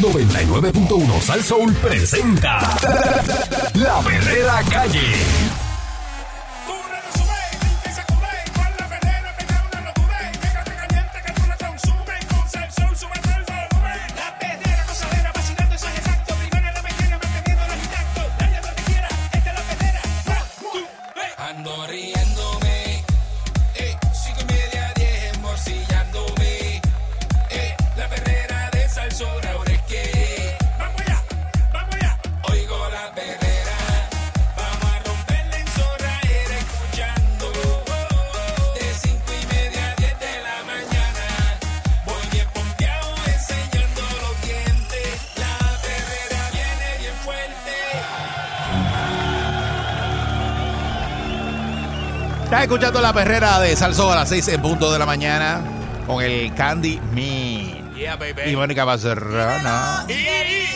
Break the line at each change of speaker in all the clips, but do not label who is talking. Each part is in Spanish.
99.1 Sal Soul presenta La Verdadera Calle.
eh, eh,
Estás escuchando la perrera de Salso a las 6 en punto de la mañana con el Candy Me
Yeah,
y
baby.
Mónica Pacerrana.
Y-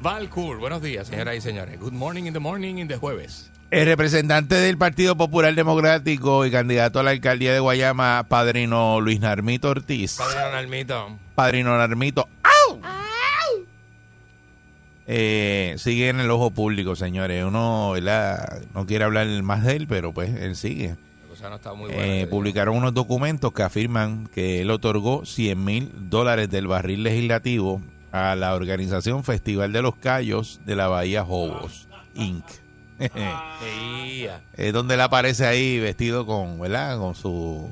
Valcourt, buenos días, señoras y señores. Good morning in the morning in the jueves.
El representante del Partido Popular Democrático y candidato a la alcaldía de Guayama, padrino Luis Narmito Ortiz.
Padre Don Almito.
Padrino Narmito. ¡Au! Eh, sigue en el ojo público, señores. Uno ¿verdad? no quiere hablar más de él, pero pues él sigue.
La cosa no está muy buena.
Eh,
te digo.
publicaron unos documentos que afirman que él otorgó 100 mil dólares del barril legislativo a la organización Festival de los Cayos de la Bahía Jobos, Inc.
Yeah.
es donde él aparece ahí vestido con, ¿verdad? Con su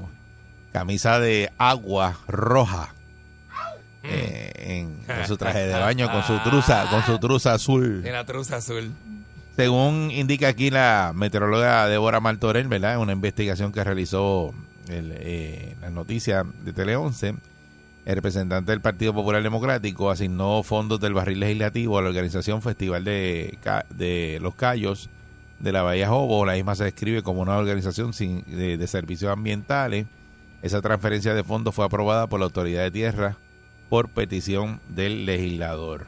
camisa de agua roja.
Mm.
eh, en, con su traje de baño, con su truza, con su truza azul.
En la truza azul.
Según indica aquí la meteoróloga Débora Martorell, ¿verdad? En Una investigación que realizó el, eh, las noticias de Tele 11, el representante del Partido Popular Democrático asignó fondos del barril legislativo a la organización Festival de, Ca- de los Cayos de la Bahía Jobo. La misma se describe como una organización sin- de, de servicios ambientales. Esa transferencia de fondos fue aprobada por la Autoridad de Tierra por petición del legislador.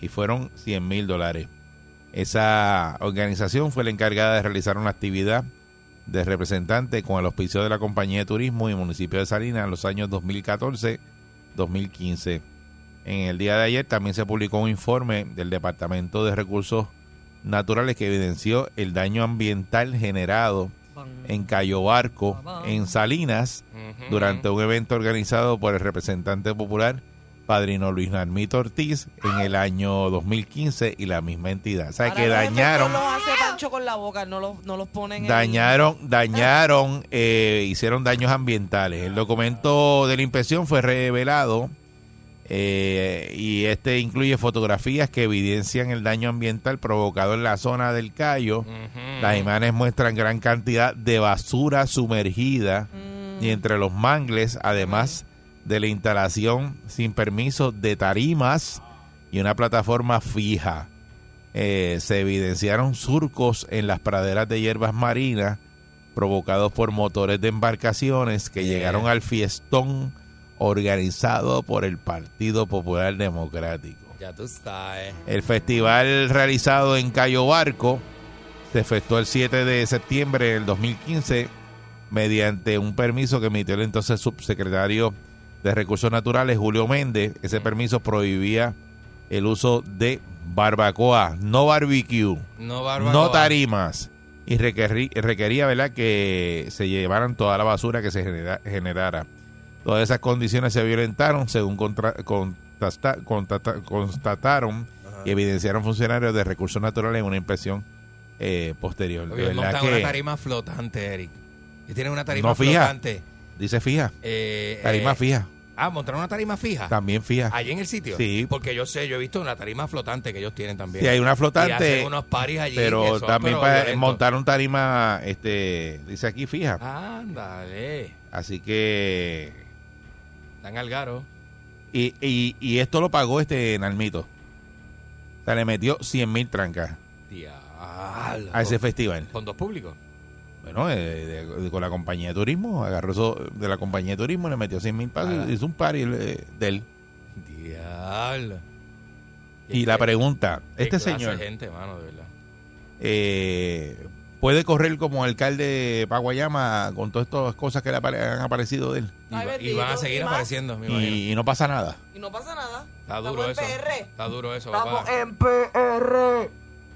Y fueron 100 mil dólares. Esa organización fue la encargada de realizar una actividad de representante con el auspicio de la Compañía de Turismo y Municipio de Salinas en los años 2014-2015. En el día de ayer también se publicó un informe del Departamento de Recursos Naturales que evidenció el daño ambiental generado en Cayo Barco, en Salinas,
Ujú.
durante un evento organizado por el representante popular Padrino Luis Narmito Ortiz en el año 2015 y la misma entidad. O sea,
Ahora
que
los
dañaron,
efectos los hace Pancho con la boca, no los, no los ponen en-
dañaron, dañaron, eh, hicieron daños ambientales. El documento de la inspección fue revelado eh, y este incluye fotografías que evidencian el daño ambiental provocado en la zona del Cayo.
Ujú.
Las imágenes muestran gran cantidad de basura sumergida y entre los mangles, además de la instalación sin permiso de tarimas y una plataforma fija. Eh, se evidenciaron surcos en las praderas de hierbas marinas provocados por motores de embarcaciones que llegaron al fiestón organizado por el Partido Popular Democrático.
Ya tú sabes.
El festival realizado en Cayo Barco se efectuó el 7 de septiembre del 2015 mediante un permiso que emitió el entonces subsecretario de Recursos Naturales, Julio Méndez. Ese permiso prohibía el uso de barbacoa, no barbecue,
No barba.
no tarimas. Y requerí- requería ¿verdad? que se llevaran toda la basura que se genera- generara. Todas esas condiciones se violentaron según contra- contasta- contata- constataron y evidenciaron funcionarios de recursos naturales en una inspección eh, posterior. De
Oye,
verdad
montan
que-
una tarima flotante, Eric. Y tienen una tarima
No fija.
flotante.
dice fija,
Eh,
tarima
eh,
fija,
Ah, montaron una tarima fija.
también fija.
Allí en el sitio.
Sí.
Porque yo sé, yo he visto una tarima flotante que ellos tienen también.
Sí, hay una
Y hacen
flotante,
unos paris allí. que
pero
son,
también
pero
para
violentos.
montar un tarima, este, dice aquí fija.
Ah. Ándale.
Así que
Están al garo.
Y, y, y esto lo pagó este Nalmito. O sea, le metió 100 mil trancas
Diablo.
a ese festival.
ah, Fondos públicos.
Bueno, eh, de- de- con la compañía de turismo, agarró eso de la compañía de turismo, le metió 100 mil
Ah.
pesos, hizo un party eh, de él.
Diablo.
Y la
Qué-
pregunta,
qué
este
clase de
señor
gente, mano, de verdad.
eh, puede correr como alcalde de Paguayama con todas estas cosas que le apare- han aparecido de él
Y,
Ay,
va- y
bendito,
van a seguir
¿y más?
apareciendo, me imagino.
y, y no pasa nada.
Y no pasa nada.
Está
Estamos
duro eso.
en PR.
Está duro eso,
Estamos
papá.
en PR.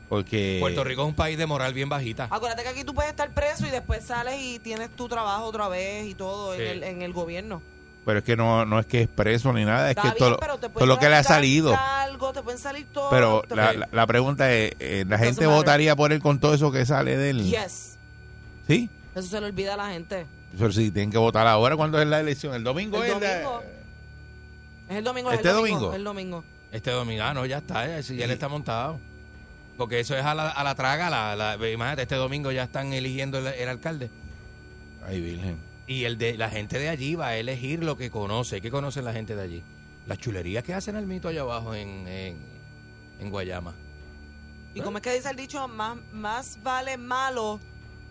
Porque.
Puerto Rico es un país de moral bien bajita.
Acuérdate que aquí tú puedes estar preso y después sales y tienes tu trabajo otra vez y todo
Sí.
en, el, en el gobierno.
Pero es que no, no es que es preso ni nada, es
Está
que
bien,
todo, lo-
pero te
todo
pueden
lo que le ha
dar
salido.
Cargo, te pueden salir todo.
Pero
te
la,
pueden-
la- la pregunta es, eh, ¿la gente
matter.
votaría por él con todo eso que sale de él?
Yes.
¿Sí?
Eso se le olvida a la gente.
Pero si tienen que votar ahora, ¿cuándo es la elección? ¿El domingo?
El
es la-
domingo. Es el domingo. es
¿Este
el domingo,
domingo?
El domingo.
Este dominicano ya está, eh, ya, ya le está montado. Porque eso es a la, a la traga. La, la- imagínate, este domingo ya están eligiendo el, el alcalde.
Ay, virgen.
Y el de la gente de allí va a elegir lo que conoce. ¿Qué conoce la gente de allí? Las chulerías que hacen al mito allá abajo en, en, en Guayama. ¿Eh?
¿Y cómo es que dice el dicho? Más, más vale malo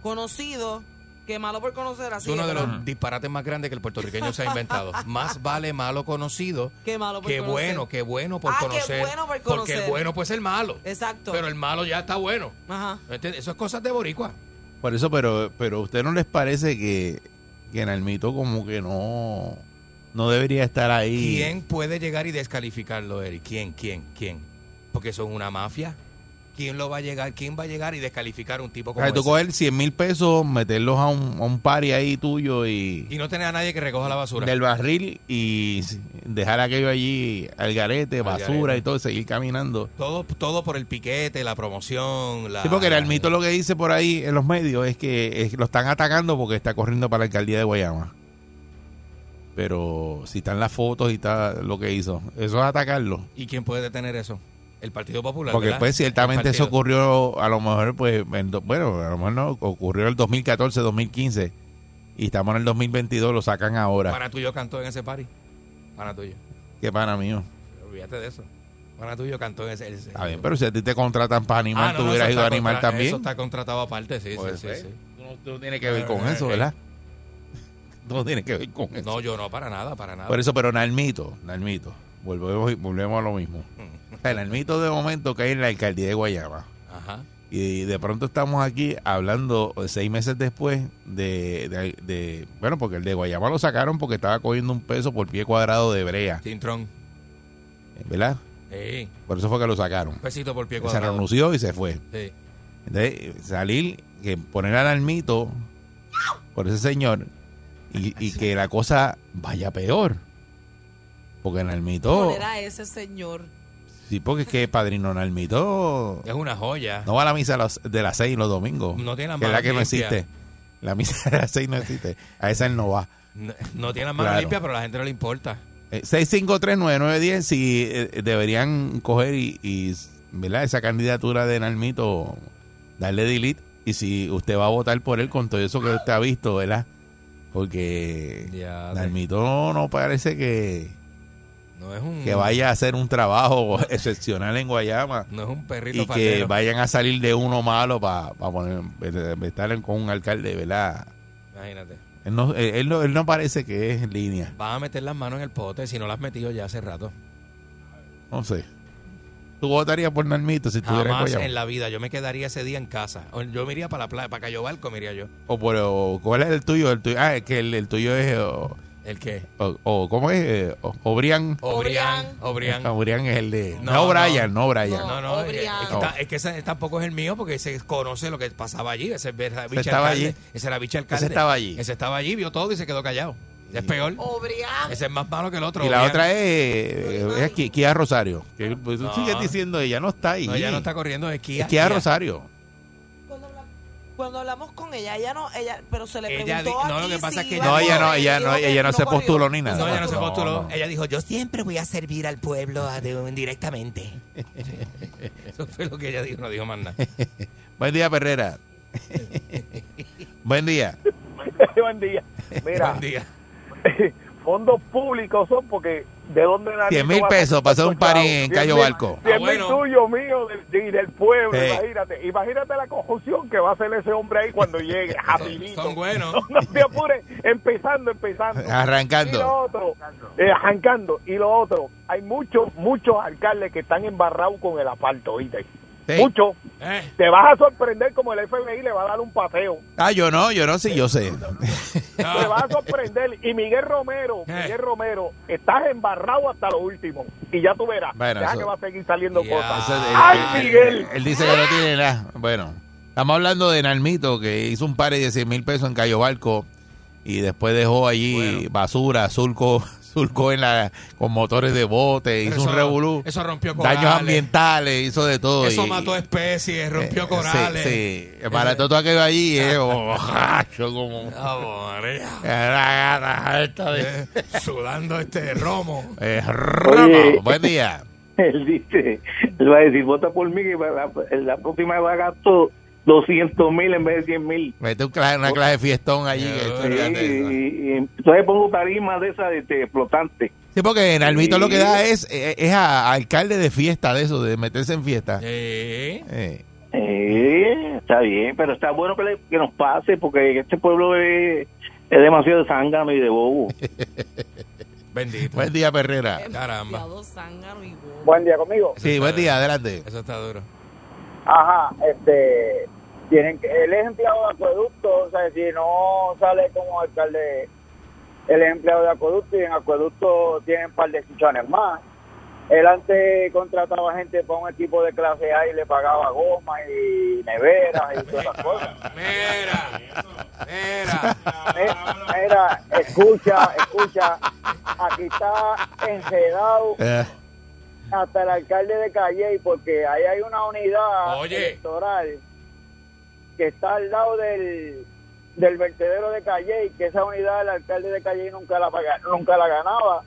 conocido que malo por conocer.
Es
Así
uno de
¿verdad?
los disparates más grandes que el puertorriqueño se ha inventado. Más vale malo conocido
Qué malo por
que
conocer.
bueno, que bueno por
Ah, qué
conocer.
bueno por
Porque el
conocer.
bueno puede ser malo.
Exacto.
Pero el malo ya está bueno.
Ajá.
¿Me entiendes? Eso es cosas de boricua.
Por eso, pero, pero ¿a usted no les parece que, que Nalmito como que no, no debería estar ahí?
¿Quién puede llegar y descalificarlo, Eric? ¿Quién, quién, quién? Porque son una mafia. ¿Quién lo va a llegar? ¿Quién va a llegar y descalificar a un tipo
O
como
sea, tú
ese?
coger 100 mil pesos, meterlos a un, a un party ahí tuyo y,
Y no tener a nadie que recoja la basura.
del barril y s- dejar aquello allí al garete,
Al
basura
garete.
y todo, y seguir caminando.
Todo, todo por el piquete, la promoción, la...
Sí, porque el mito lo que dice por ahí en los medios es que es- lo están atacando porque está corriendo para la alcaldía de Guayama. Pero si están las fotos y está lo que hizo, eso es atacarlo.
¿Y quién puede detener eso? El Partido Popular,
Porque
¿verdad?
pues ciertamente
El
eso
partido.
ocurrió a lo mejor pues en do- bueno, a lo mejor no ocurrió en el 2014, 2015 y estamos en el 2022 lo sacan ahora.
Pana tuyo cantó en ese party. Pana tuyo.
Qué pana mío.
Olvídate de eso. Pana tuyo cantó en ese... ese-
Está bien, pero si a ti te contratan para animar,
Ah, no,
tú
no,
hubieras
eso
ido a
está
animar
contra-
también.
Eso está contratado aparte, sí,
Pues,
sí,
pues,
sí, sí.
Tú, no, tú no tienes que ver
Ah,
con
ah,
eso,
ok.
¿verdad? Tú no tienes que ver con eso.
No, yo no, para nada, para nada.
Por eso, pero Nalmito, Nalmito, volvemos, y- volvemos a lo mismo. O sea, Nalmito de momento cae en la alcaldía de Guayaba.
Ajá.
Y de pronto estamos aquí hablando seis meses después de, de- de- Bueno, porque el de Guayaba lo sacaron porque estaba cogiendo un peso por pie cuadrado de brea,
Cintrón.
¿verdad?
Sí.
Por eso fue que lo sacaron.
Pesito por pie
Se
cuadrado.
renunció y se fue.
Sí.
Entonces, salir, que poner al almito por ese señor y, y que la cosa vaya peor. Porque en almito.
¿Cuál era ese señor?
Sí, porque es que padrino en almito.
Es una joya.
No va a la misa a las- de las seis los domingos.
No tiene la
que es la
mano
que no
limpia.
existe. La misa de las seis no existe. A esa él no va.
No, no tiene la mano
Claro.
limpia, pero a la gente no le importa.
Eh, 6539910, si eh, deberían coger y, y, ¿verdad? esa candidatura de Nalmito, darle delete. Y si usted va a votar por él con todo eso que usted ha visto, ¿verdad? Porque
Ya,
Nalmito no, no parece que,
No es un
que vaya a hacer un trabajo excepcional en Guayama.
no es un perrito
Y que
faldero.
vayan a salir de uno malo para eh, estar con un alcalde, ¿verdad?
Imagínate.
Él no, él, él no, él no parece que es en línea.
Vas a meter las manos en el pote si no las has metido ya hace rato.
No sé. ¿Tú votarías por Nalmito si estuvieras en
Jamás
Guayama?
en la vida. Yo me quedaría ese día en casa. O Yo me iría para la playa, para Cayo Barco me iría yo.
O por, o- ¿Cuál es el tuyo? El tuyo ah, es que el, el tuyo es... O,
¿El qué?
o- o- ¿Cómo es? Eh, O- O'Brien.
Obrián. Obrián.
Ah, O'Brien es el de...
No,
No,
no.
Brian, no, Brian.
No, no, es que,
Obrián.
es que ta- es que ese tampoco es el mío porque se conoce lo que pasaba allí. Ese, era biche
estaba
alcalde.
allí.
Ese era biche alcalde.
Ese estaba allí.
Ese estaba allí, vio todo y se quedó callado. Es peor.
Obrián.
Ese es más malo que el otro.
Y la
Obrián.
otra es, eh, es Ki- Kia Rosario. Que, pues, tú
No.
sigues diciendo, ella no está ahí.
No, ya no está corriendo de esquí.
Es Kia Rosario.
Cuando habla- Cuando hablamos con ella, ella no, ella, pero se le
Ella
preguntó
di- no,
aquí
lo que pasa
si
es que
iba
ella-
a
No, ella no,
correr,
ella
dijo
no,
que
ella no se
corrió.
postuló ni nada.
No, ella no se postuló.
no.
Ella dijo, yo siempre voy a servir al pueblo a- de- directamente. Eso fue lo que ella dijo, no dijo más nada.
Buen día, Perrera. Buen día.
Buen día. Mira,
Buen día.
fondos públicos son porque de dónde la
100 mil pesos para hacer un party en Cayo Barco.
100
Ah,
mil
bueno.
tuyo, mío del- y del pueblo.
Sí.
Imagínate, imagínate la conjunción que va a hacer ese hombre ahí cuando llegue. rapidito.
Son buenos.
No te apures, empezando, empezando. Y lo
Arrancando.
otro, eh, arrancando. Y lo otro, hay muchos, muchos alcaldes que están embarrados con el asfalto, ¿oíste?
Sí.
Muchos.
Eh,
Te vas a sorprender como el FBI le va a dar un paseo.
Ah, yo no, yo no, sí, yo sé.
No.
Te vas a sorprender. Y Miguel Romero,
Eh.
Miguel Romero, estás embarrado hasta lo último. Y ya tú verás.
Bueno,
ya
eso-
que va a seguir saliendo
Ya.
cosas.
Eso es- él-
¡Ay,
él-
Miguel!
Él, él dice que no tiene nada. Bueno, estamos hablando de Nalmito, que hizo un pare de 100 mil pesos en Cayo Barco y después dejó allí basura, surco, surco en la, con motores de bote, hizo
Eso-
un revolú.
Eso rompió corales.
Daños ambientales, hizo de todo.
Eso
y-
mató especies, rompió
eh,
corales.
Sí, sí. Para todo aquello allí, eh, borracho, como.
Ah, María.
La gata esta de-
Eh, Sudando este romo.
Eh, Ramos, buen día.
él dice, él va a decir, vota por mí que para la, la próxima va a gasto 200 mil en vez de 100 mil.
Mete un cla- una clase de fiestón allí. que esto es grande, eso.
y, y entonces pongo tarima de esa de, de explotante.
Sí, porque en Almito
Sí.
lo que da es, eh, es a, a alcalde de fiesta, de eso, de meterse en fiesta.
Sí.
Eh,
Eh, está bien, pero está bueno que, le- que nos pase porque este pueblo es, es demasiado zángano y de bobo.
Bendito. Eh,
Buen día, Perrera.
Caramba.
Demasiado zángano y bobo.
Buen día conmigo.
Sí, buen día, adelante.
Eso está duro.
Ajá, este. Tienen que, él es empleado de acueducto, o sea, si no sale como alcalde, él es empleado de acueducto y en acueducto tienen un par de chichones más. Él antes contrataba gente para un equipo de clase A y le pagaba goma y neveras y todas esas cosas.
Mira. Mira.
Eh, Mira, escucha, escucha. Aquí está enredado
Eh,
hasta el alcalde de Calle porque ahí hay una unidad
Oye.
electoral que está al lado del, del vertedero de Calle que esa unidad el alcalde de Calle nunca la paga- nunca la ganaba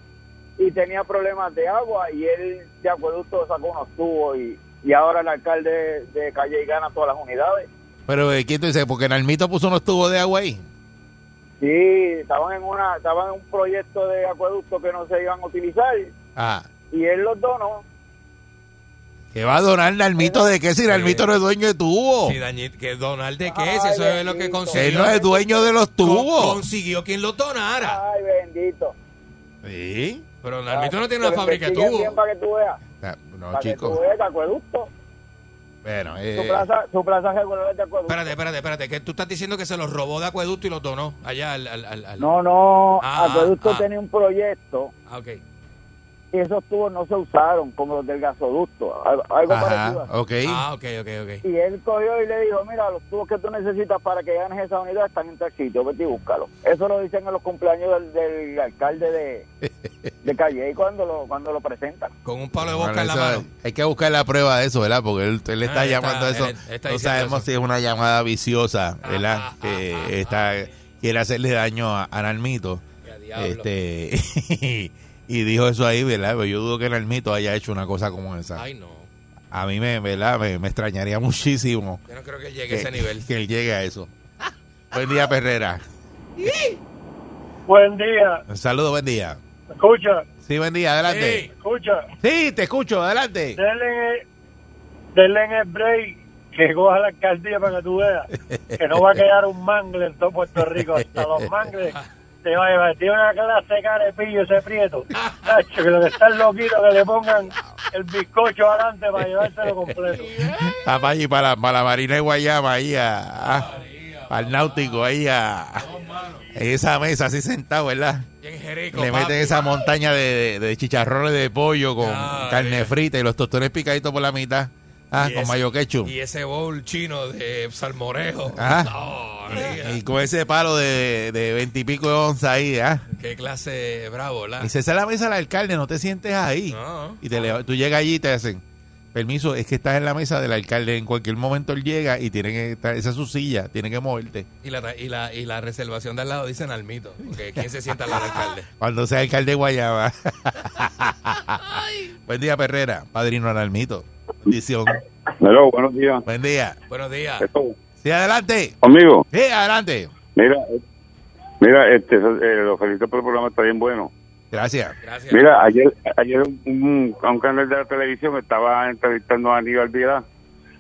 y tenía problemas de agua y él de acueducto sacó unos tubos y, y ahora el alcalde de Calle gana todas las unidades.
pero, eh, ¿quién te dice? Porque en Almito puso unos tubos de agua ahí.
Sí, estaban en una, estaban en un proyecto de acueducto que no se iban a utilizar
Ah,
y él los donó.
que va a donar Nalmito de qué si Nalmito no es dueño de tubos.
Si Dañi- que donar de qué es, eso es lo que
bendito.
consiguió.
Él no es dueño de los
Con-
tubos.
Consiguió quien lo donara.
Ay, bendito.
Sí.
Pero Nalmito no tiene
Pero
una fábrica de
investiguen bien
tubos.
Para que tú veas,
Ah, No,
para que tú
chicos.
veas que acueducto.
Bueno,
Su
eh,
plaza, su plaza regular es de acueducto.
Espérate, espérate, espérate. Que tú estás diciendo que se los robó de acueducto y los donó allá al. al, al, al-
No, no,
Ah,
acueducto
ah.
tenía un proyecto
Ah, ok.
y esos tubos no se usaron como los del gasoducto, algo, algo parecido.
ajá,
así.
ok.
Ah, ok, ok, ok.
Y él cogió y le dijo, mira, los tubos que tú necesitas para que ganes esa unidad están en tal sitio, vete y búscalo. Eso lo dicen en los cumpleaños del, del alcalde de, de Calle cuando lo, cuando lo presentan.
Con un palo de
Bueno,
boca en la
eso-
mano.
Hay que buscar la prueba de eso, ¿verdad? Porque él, él está
Ah, él está-
llamando a eso.
él- él está
no
diciendo
sabemos
eso.
si es una llamada viciosa, ¿verdad?
Ah, ah,
que
ah,
está, quiere hacerle daño a, a Nalmito.
Ya, diablo.
Este, y dijo eso ahí, ¿verdad? Pero yo dudo que Nalmito haya hecho una cosa como esa.
Ay, no.
A mí me, ¿verdad? Me, me extrañaría muchísimo
Yo no creo que llegue
que,
a ese nivel.
que él llegue a eso. buen día, Perrera.
Buen día,
Un saludo, buen día.
escucha,
Sí, buen día, adelante.
Sí.
escucha.
Sí, te escucho, adelante.
denle, denle en el break que coja la alcaldía para que tú veas que no va a quedar un mangle en todo Puerto Rico. Hasta los mangles te va a llevar. Tiene una clase de carepillo ese prieto. Tacho, que lo que están loquitos que le pongan el bizcocho adelante para llevárselo completo.
Papá, y para, para la Marina de Guayama, ahí a, a- al náutico, ahí a, en esa mesa, así sentado, ¿verdad?
Y en Jericó,
Le
papi.
meten esa montaña de, de- de chicharrones de pollo con
Ah,
carne
bien.
frita y los tostones picaditos por la mitad, ah,
Y
con
ese-
mayo ketchup.
Y ese bowl chino de salmorejo.
Ah.
No,
Y,
amiga.
con ese palo de de veintipico de onza ahí, ¿ah?
Qué clase de bravo, ¿la?
Y se sale a la mesa del alcalde, no te sientes ahí.
No.
Y te leva- tú llegas allí y te hacen, permiso, es que estás en la mesa del alcalde, en cualquier momento él llega y tiene que estar, esa es su silla, tiene que moverte.
Y la, y, la, y la reservación de al lado dicen al mito. Porque ¿Quién se sienta al lado del alcalde?
Cuando sea alcalde de Guayaba. Buen día, Perrera. Padrino Analmito. Bendición.
Hello, buenos días.
Buen día.
Buenos días.
Esto,
Sí, adelante.
Conmigo.
Sí, adelante.
Mira, eh, mira, este, eh, lo felicito por el programa, está bien bueno.
Gracias.
Gracias.
Mira, ayer, ayer un, un- a un canal de la televisión estaba entrevistando a Aníbal Vilá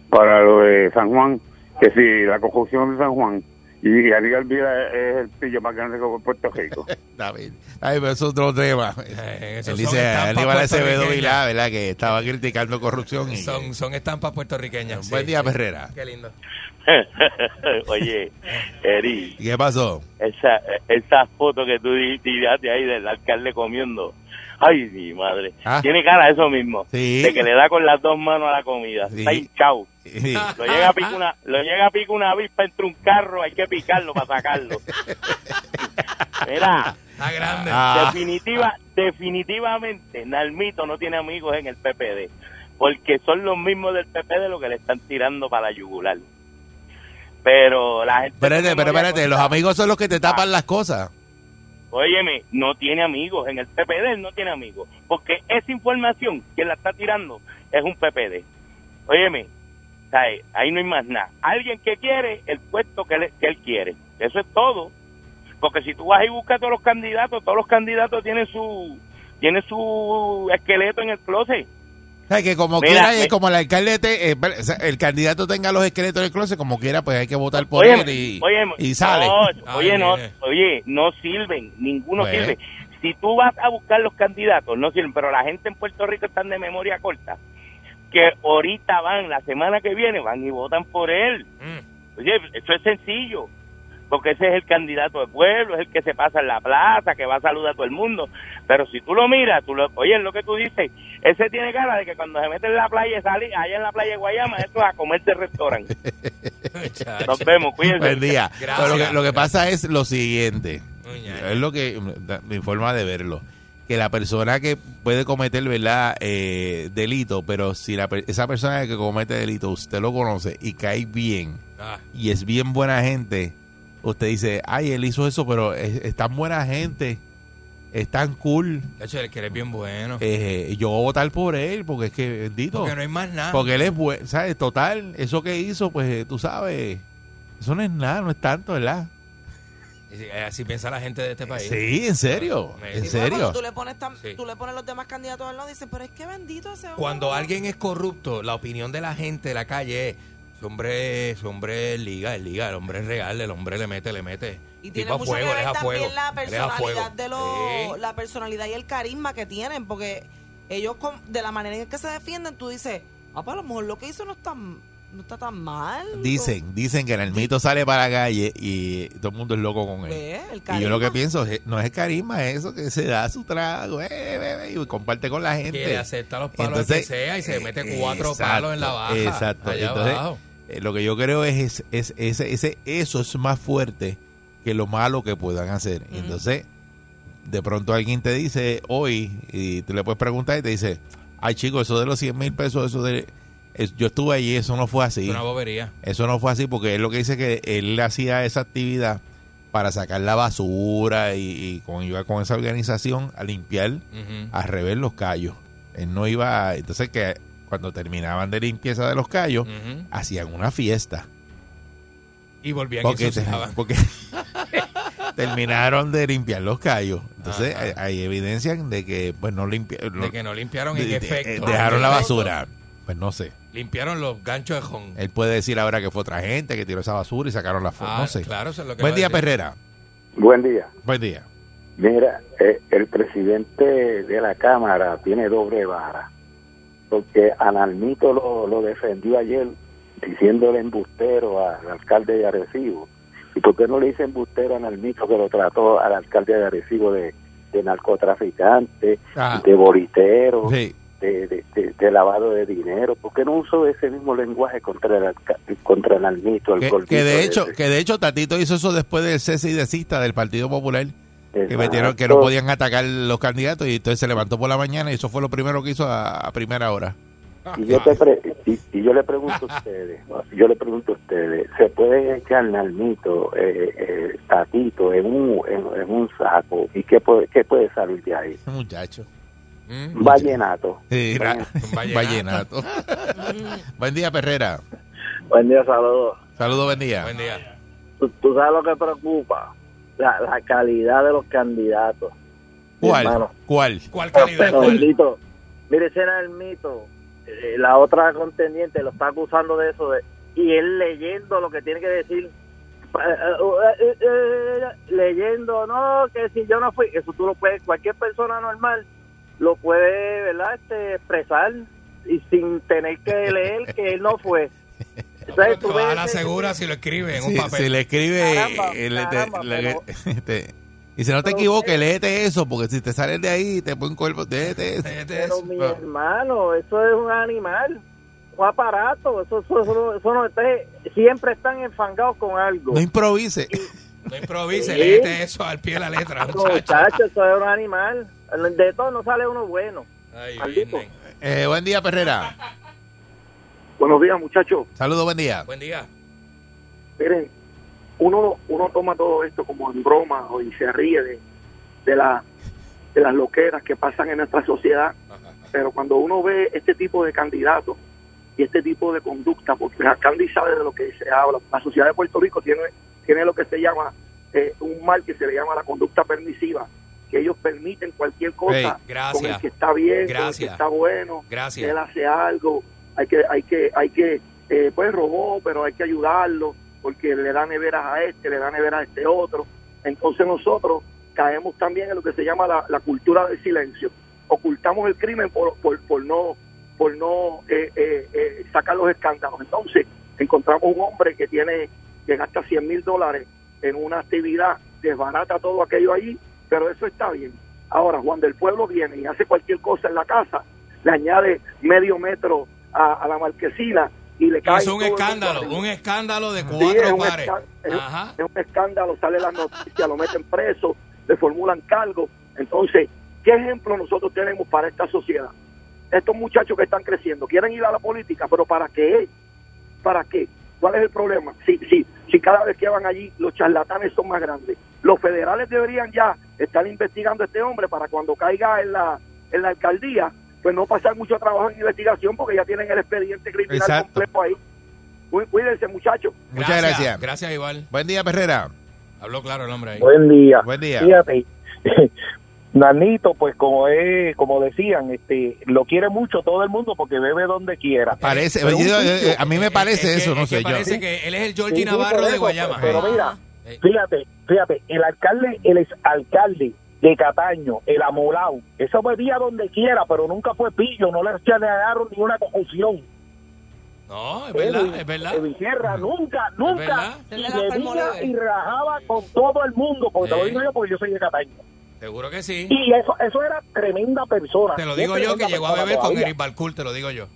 para lo de San Juan, que si la conjunción de San Juan y Aníbal Vilá es el pillo más grande que hubo en Puerto Rico.
David. Ay, pero eso es otro tema.
Eh, esos
Él
son
dice,
estampas
Aníbal Acevedo
puertorriqueñas.
Vilá, ¿verdad? Que estaba criticando corrupción. y-
Son, son estampas puertorriqueñas.
Buen
sí,
día,
sí.
Perrera.
Qué lindo.
Oye, Eri,
¿Y qué pasó?
esa, esa foto que tú di- tiraste ahí del alcalde comiendo. Ay, mi madre.
Ah.
Tiene cara de eso mismo.
Sí.
De que le da con las dos manos a la comida.
Sí.
Está hinchado.
Sí.
Lo llega a picar una, lo llega a picar una avispa entre un carro, hay que picarlo para sacarlo. Mira,
Está grande.
Ah,
definitiva, definitivamente, Nalmito no tiene amigos en el PPD, porque son los mismos del PPD los que le están tirando para la yugular. Pero la gente...
espérate,
no
pero
se moría
espérate,
con
los
esa-
amigos son los que te tapan las cosas.
Óyeme, no tiene amigos. En el PPD él no tiene amigos. Porque esa información, quien la está tirando, es un PPD. Óyeme, ¿sabe? ahí no hay más nada. Alguien que quiere el puesto que, le- que él quiere. Eso es todo. Porque si tú vas y buscas todos los candidatos, todos los candidatos tienen su tienen su esqueleto en el closet.
O sea, que como
Mira,
quiera,
me-
eh, como el alcalde, te- eh, o sea, el candidato tenga los esqueletos en el closet, como quiera, pues hay que votar por
Óyeme,
él y,
óyeme,
y sale. eh.
no, oye,
Ay,
no,
mire.
oye, no sirven, ninguno
Pues.
sirve. Si tú vas a buscar los candidatos, no sirven, pero la gente en Puerto Rico están de memoria corta, que ahorita van, la semana que viene van y votan por él.
Mm.
Oye, eso es sencillo, porque ese es el candidato del pueblo, es el que se pasa en la plaza, que va a saludar a todo el mundo. Pero si tú lo miras, tú lo, oye, es lo que tú dices, ese tiene cara de que cuando se mete en la playa y sale allá en la playa de Guayama, esto es a comerse restaurante.
Chacho.
Nos vemos, cuídense.
Buen día.
Gracias.
Pero lo que, lo que pasa es lo siguiente.
Uña.
Es lo que da- mi forma de verlo. Que la persona que puede cometer, ¿verdad? Eh, delito, pero si la, per- esa persona que comete delito usted lo conoce y cae bien
Ah,
y es bien buena gente, usted dice, ay, él hizo eso, pero es, es tan buena gente, es tan cool,
chacho, el que eres bien bueno.
eh, yo voy a votar por él porque es que, bendito,
Porque no hay más nada.
porque él es bueno, ¿sabes? Total, eso que hizo, pues eh, tú sabes, eso no es nada, no es tanto, ¿verdad?
Eh, Así piensa la gente de este país.
Sí, en serio, en
Sí,
Sí, bueno,
serio.
cuando tú le pones tan-
Sí.
tú le pones los demás candidatos al lado dices, pero es que bendito ese hombre.
Cuando alguien es corrupto, la opinión de la gente de la calle es, "Ese hombre, ese hombre es liga, es liga, el hombre es real, el hombre le mete, le mete.
y tiene
Tipo a
mucho
fuego,
que ver
le deja
también
fuego,
la
le deja fuego.
personalidad de los,
Sí.
la personalidad y el carisma que tienen, porque ellos con- de la manera en que se defienden, tú dices, ah, pues a lo mejor lo que hizo no está, no está tan mal.
Dicen, dicen que en el mito sale para la calle y todo el mundo es loco con él.
Ve,
Pues,
el
Y yo lo que
carisma.
pienso es, no es carisma, es eso que se da su trago, eh, bebe, y comparte con la gente.
Que le acepta los palos al que sea y se
eh,
mete cuatro
exacto,
palos en la baja.
Exacto.
allá
Entonces,
abajo.
eh, lo que yo creo es, es, es- ese, ese- eso es más fuerte que lo malo que puedan hacer. Y
Ujú.
Entonces, de pronto alguien te dice hoy, y tú le puedes preguntar y te dice, ay chico, eso de los 100 mil pesos, eso de... es- yo estuve allí, eso no fue así.
Es una bobería.
Eso no fue así porque él lo que dice que él hacía esa actividad para sacar la basura y, y con, iba con esa organización a limpiar
Ujú.
a revés los callos. Él no iba, a- entonces que cuando terminaban de limpieza de los callos,
Ujú.
hacían una fiesta.
Y volvían y
Porque,
se usaban.
porque terminaron de limpiar los callos. Entonces
Ajá.
hay, hay evidencia de que pues no limpiaron.
De que no limpiaron en efecto.
dejaron la
Ah,
basura. Pues no sé.
Limpiaron los ganchos de jón.
Él puede decir ahora que fue otra gente que tiró esa basura y sacaron la foto.
Ah,
no sé.
Claro, eso es lo que
Buen
va a
día,
decir.
Perrera.
Buen día.
Buen día.
Mira, eh, el presidente de la Cámara tiene doble vara, porque Analmito lo, lo defendió ayer diciéndole embustero al alcalde de Arecibo. ¿Y por qué no le dice embustero a Analmito que lo trató al alcalde de Arecibo de, de narcotraficante,
Ah,
de boritero,
sí.
de, de- de- de lavado de dinero? ¿Por qué no usó ese mismo lenguaje contra el alca- contra Analmito, el
Que,
gordito
que de
ese?
hecho, que de hecho Tatito hizo eso después del cese y desista del Partido Popular, que
Exacto.
metieron que no podían atacar los candidatos y entonces se levantó por la mañana y eso fue lo primero que hizo a, a primera hora.
Y yo, te pre- y, y yo le pregunto a ustedes, yo le pregunto a ustedes, ¿se puede echar nalmito, eh, eh, tatito en un, en, en un saco? ¿Y qué puede, qué puede salir de ahí?
Ese Muchacho.
Mm.
Vallenato.
Sí, era-
Un vallenato.
vallenato. buen día, Perrera.
Buen día, saludos.
Saludos, buen día.
Buen día.
¿Tú, tú sabes lo que preocupa? La, la calidad de los candidatos. mi
¿Cuál?
hermano.
¿Cuál?
¿Cuál calidad?
Pero,
¿Cuál?
Lito, mire, ese era el mito. Eh, La otra contendiente lo está acusando de eso. de- y él leyendo lo que tiene que decir. Pa- eh, eh, eh, eh, leyendo, no, que si yo no fui. Eso tú lo puedes, cualquier persona normal lo puede, ¿verdad? Este, expresar y sin tener que leer que él no fue.
Entonces,
Te
tú
vas a
ves
la
ese-
segura si lo escribe en un
Si,
papel.
si le escribe.
Caramba,
eh, le- te-
caramba,
le-
pero-
este, y si no te
pero
equivoques,
usted-
léete eso, porque si te sales de ahí, te ponen cuerpo. Léete eso.
Este es-
Pero mi
Ah.
hermano, eso es un animal, un aparato, eso, eso, eso, eso no entonces, siempre están enfangados con algo.
No improvise.
No improvise,
Sí.
léete eso al pie de la
Ah,
letra, muchacho.
Muchachos, eso es un animal. De todo no sale uno bueno.
Ay,
Maldito.
Virgen.
Eh, buen día, Perrera.
Buenos días, muchachos.
Saludos, buen día.
Buen día.
Miren, uno, uno toma todo esto como en broma o y se ríe de, de, la- de las loqueras que pasan en nuestra sociedad, pero cuando uno ve este tipo de candidatos y este tipo de conducta, porque la Candy sabe de lo que se habla, la sociedad de Puerto Rico tiene, tiene lo que se llama eh, un mal que se le llama la conducta permisiva, que ellos permiten cualquier cosa
Hey,
con el
Gracias.
que está bien, con el que
Gracias.
está bueno
Gracias.
él hace algo, hay que, hay que, hay que, eh, pues robó, pero hay que ayudarlo, porque le da neveras a este, le da neveras a este otro. Entonces nosotros caemos también en lo que se llama la, la cultura del silencio. Ocultamos el crimen por, por, por no, por no eh, eh, eh, sacar los escándalos. Entonces encontramos un hombre que tiene, que gasta 100 mil dólares en una actividad, desbarata todo aquello allí, pero eso está bien. Ahora, Juan del Pueblo viene y hace cualquier cosa en la casa, le añade medio metro a, a la marquesina y le cae.
Hizo un
todo el mundo
escándalo,
arriba.
un escándalo de
Sí, es
cuatro
un
pares. Ah,
esca- es-
Ajá.
es un escándalo, sale la noticia, lo meten preso, le formulan cargo. Entonces, ¿qué ejemplo nosotros tenemos para esta sociedad? Estos muchachos que están creciendo quieren ir a la política, pero ¿para qué? ¿Para qué? ¿Cuál es el problema? Si, si, si cada vez que van allí los charlatanes son más grandes. Los federales deberían ya estar investigando a este hombre para cuando caiga en la, en la alcaldía, pues no pasar mucho trabajo en investigación porque ya tienen el expediente criminal
Exacto.
completo ahí. Cuí- Cuídense, muchachos.
Muchas gracias.
Gracias, igual.
Buen día, Perrera.
Habló claro el hombre ahí.
Buen día.
Buen día.
Fíjate, Nanito, pues como es, como decían, este, lo quiere mucho todo el mundo porque bebe donde quiera.
eh,
Parece,
Pero un
yo-
juicio.
eh, a mí me parece eso, no sé yo.
Parece que él es el Georgie
Sí, sí,
Navarro
por
de
eso,
Guayama.
Pero mira,
Eh.
fíjate, fíjate, el alcalde, el exalcalde de Cataño, el amolao, eso bebía donde quiera, pero nunca fue pillo, no le agarraron ni una confusión.
No, es verdad, es verdad.
De Vizierra, nunca,
verdad.
nunca,
Se
y
le da
bebía
palmoleo.
y rajaba con todo el mundo, porque te
Eh.
lo digo yo porque yo soy de Cataño.
Seguro que sí.
Y eso, eso era tremenda persona.
Te lo
Es
digo yo que
tremenda
llegó a
persona
beber con
todavía.
Eric Balcour, te lo digo yo.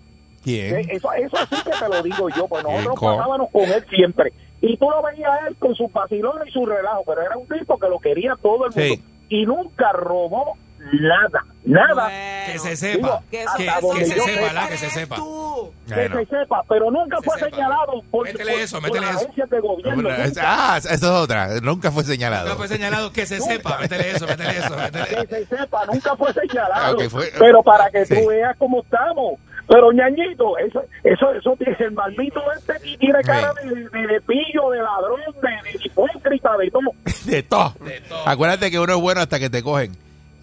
¿Quién?
Eh, Eso, eso sí que te lo digo yo, pues nosotros
co-
pasábamos con él siempre. Y tú lo veías a él con sus vacilones y su relajo, pero era un tipo que lo quería todo el mundo.
Sí.
Y nunca robó nada, nada.
Que
Bueno,
se
digo,
sepa.
que
Que,
eso-
hasta
eso
donde
que se
yo
sepa,
sé.
¿verdad? Que se
crees
sepa.
tú.
Que
Bueno.
se sepa, pero nunca
Que
fue
sepa.
señalado por,
Métele
por-
eso,
por
métele
las
eso.
agencias de gobierno.
Una-
nunca.
ah, eso es otra. Nunca fue
No
señalado.
fue señalado que se sepa. Métele eso, métele eso, métele
que se sepa, nunca fue
Ah,
señalado.
ok, fue-
pero para que
Sí.
tú veas cómo estamos. Pero ñañito, eso, eso, eso tiene el maldito este y tiene cara de, de, de pillo, de ladrón, de, de hipócrita, de todo.
De todo.
De todo.
Acuérdate que uno es bueno hasta que te cogen.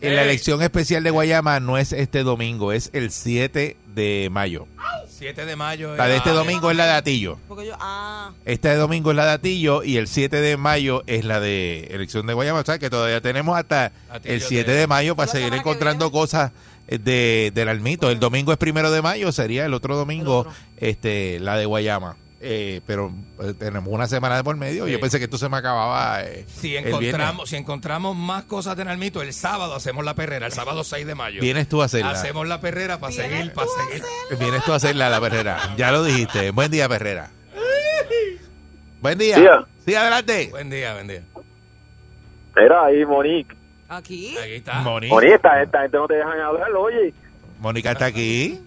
En la
Ey.
elección especial de Guayama no es este domingo, es el 7 de mayo.
7 de mayo.
La de
eh,
este
ah,
domingo es la de Atillo.
Porque yo, ah,
Esta de domingo es la de Atillo y el 7 de mayo es la de elección de Guayama. O sea que todavía tenemos hasta
Atillo
el 7
de-
de mayo para
La
seguir
semana que
encontrando
viene.
cosas eh, de, del almito. El domingo es primero de mayo, sería el otro domingo
otro.
este la de Guayama. Eh, pero eh, tenemos una semana de por medio.
Sí.
Yo pensé que esto se me acababa. eh,
Si
el viernes.
encontramos, si encontramos más cosas de Nalmito, el sábado hacemos la perrera, el sábado 6 de mayo.
Vienes tú a hacerla.
Hacemos la perrera para
¿Vienes
seguir, para
tú a
seguir.
Vienes tú a hacerla, la Perrera. Ya lo dijiste. Buen día, Perrera. Buen día.
Día.
Sí, adelante.
Buen día, buen día.
Era ahí, Monique.
aquí.
Aquí está.
Mónica.
esta gente no te dejan hablar, oye.
Mónica está aquí.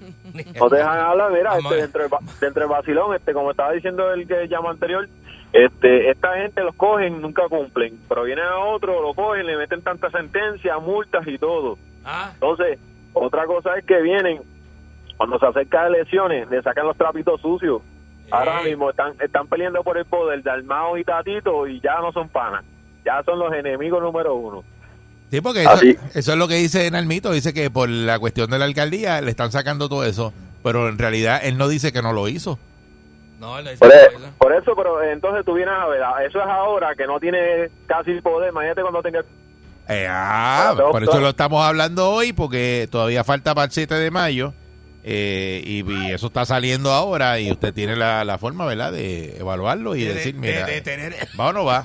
No te dejan hablar, mira,
Vamos
este,
a ver.
dentro, del, va- dentro del vacilón, este, como estaba diciendo el que llamó anterior, este, esta gente los cogen, nunca cumplen, pero vienen a otro, lo cogen, le meten tantas sentencias, multas y todo.
Ah,
Entonces, otra cosa es que vienen, cuando se acercan elecciones, le sacan los trapitos sucios. Ahora
eh,
mismo están, están peleando por el poder, Dalmao y Tatito, y ya no son panas, ya son los enemigos número uno.
Sí, porque eso,
Así.
eso es lo que dice Nalmito. Dice que por la cuestión de la alcaldía le están sacando todo eso. Pero en realidad él no dice que no lo hizo.
no, él no dice
Por,
que
e-
lo hizo.
por eso, pero entonces tú vienes a ver, a- eso es ahora que no tiene casi poder, imagínate cuando tenga...
Eh, ah,
Bueno,
por
doctor.
eso lo estamos hablando hoy, porque todavía falta para el 7 de mayo. Eh, y, y eso está saliendo ahora y usted tiene la, la forma, ¿verdad?, de evaluarlo y
De-
decir,
de-
mira,
de tener-
¿va o no va?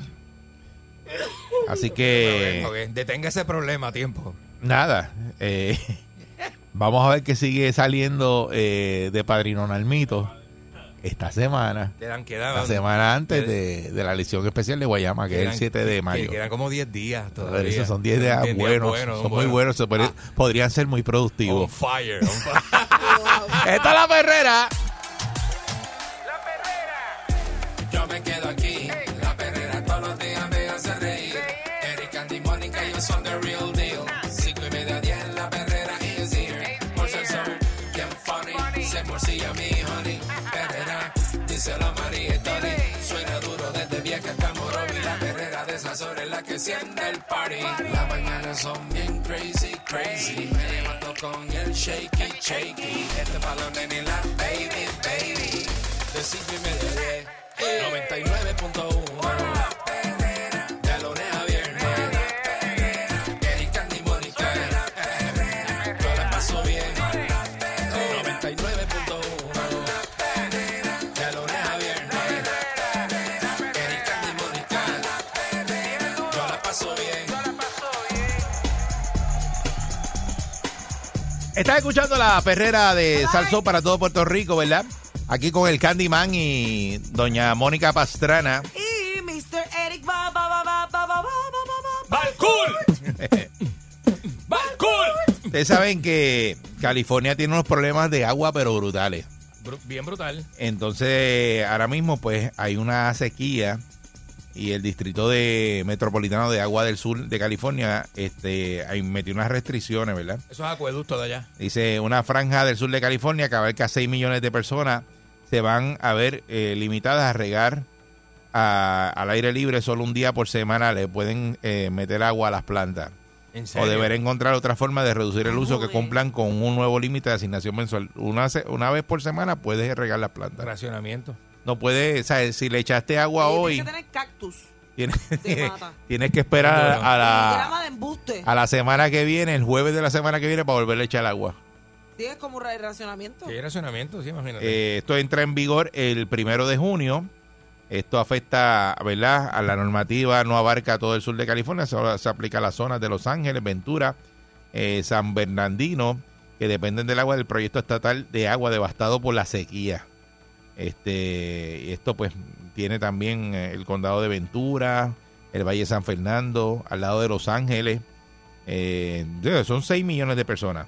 Así que...
Ok, Detenga ese problema a tiempo.
Nada. eh, vamos a ver que sigue saliendo eh, de Padrino Nalmito esta semana.
Quedan, quedan.
La semana antes de, de la lesión especial de Guayama, que es el 7 de mayo.
Quedan como 10 días
Pero
todavía.
esos son 10 días
Quedan
buenos, son muy buenos, Ah. Oh, se pare- podrían ser muy
On
productivos.
fire, on fire.
¡Esta es la perrera!
Yo me quedo aquí, la perrera todos los días me hace reír. Eric, Andy, Mónica, ellos son the real deal. Cinco y media, diez, la perrera is here. Por ser son bien funny, se morcilla mi honey. Perrera, díselo María y Tony. Suena duro desde vieja hasta morobi. La perrera de esas horas es la que siente el party. Las mañanas son bien crazy, crazy. Me levanto con el shaky, shaky. Este balón en la baby, baby. De cinco y media, a diez. 99.1 De lunes a viernes Eric, Andy, Mónica Yo la paso bien 99.1 De lunes a viernes Eric, Andy, Mónica Yo la paso bien
Estás escuchando la perrera de Salsó para todo Puerto Rico, ¿verdad? Aquí con el Candyman y doña Mónica Pastrana.
Y Mr. Eric va, va, va, va, va, va, va, va, va, va.
Ustedes saben que California tiene unos problemas de agua, pero brutales.
Bru- Bien brutal.
Entonces, ahora mismo, pues, hay una sequía y el distrito de metropolitano de agua del sur de California, este, ahí metió unas restricciones, ¿verdad?
Eso es acueducto de allá.
Dice una franja del sur de California que abarca 6 millones de personas se van a ver eh, limitadas a regar a- al aire libre solo un día por semana. Le pueden eh, meter agua a las plantas.
¿En serio?
O deber encontrar otra forma de reducir el uso que cumplan con un nuevo límite de asignación mensual. Una, se- una vez por semana puedes regar las plantas.
Racionamiento.
No puede, o sea, si le echaste agua
Y
hoy,
Tienes que tener cactus.
tienes,
Te mata.
tienes que esperar
No, no.
a
grama
la,
de embuste.
a la semana que viene, el jueves de la semana que viene, para volverle a echar agua.
Tienes como ra- racionamiento.
Sí, racionamiento, sí, imagínate.
Eh, esto entra en vigor el primero de junio. Esto afecta, ¿verdad? A la normativa, no abarca todo el sur de California, solo se aplica a las zonas de Los Ángeles, Ventura, eh, San Bernardino, que dependen del agua del proyecto estatal de agua devastado por la sequía. Este, esto pues tiene también eh, el condado de Ventura, el Valle de San Fernando, al lado de Los Ángeles. Eh, de- son 6 millones de personas.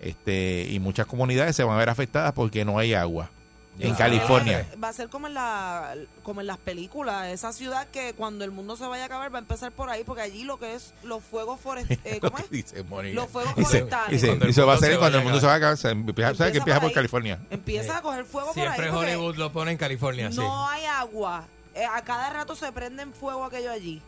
Este, y muchas comunidades se van a ver afectadas porque no hay agua. En
Ya.
California.
Va a ser como en, la, como en las películas, esa ciudad que cuando el mundo se vaya a acabar va a empezar por ahí, porque allí lo que es los fuegos forestales.
Lo
¿Cómo
que
es?
dice Mónica.
Los fuegos
Dice-
forestales.
dice,
Cuando el
eso va a
mundo
ser
se vaya
cuando el mundo se va a acabar. se empieza- ¿Sabes que empieza por
ahí.
California?
Empieza a coger fuego
Siempre
por ahí.
Hollywood lo pone en California,
porque
sí.
no hay agua. Eh, a cada rato se prende en fuego aquello allí.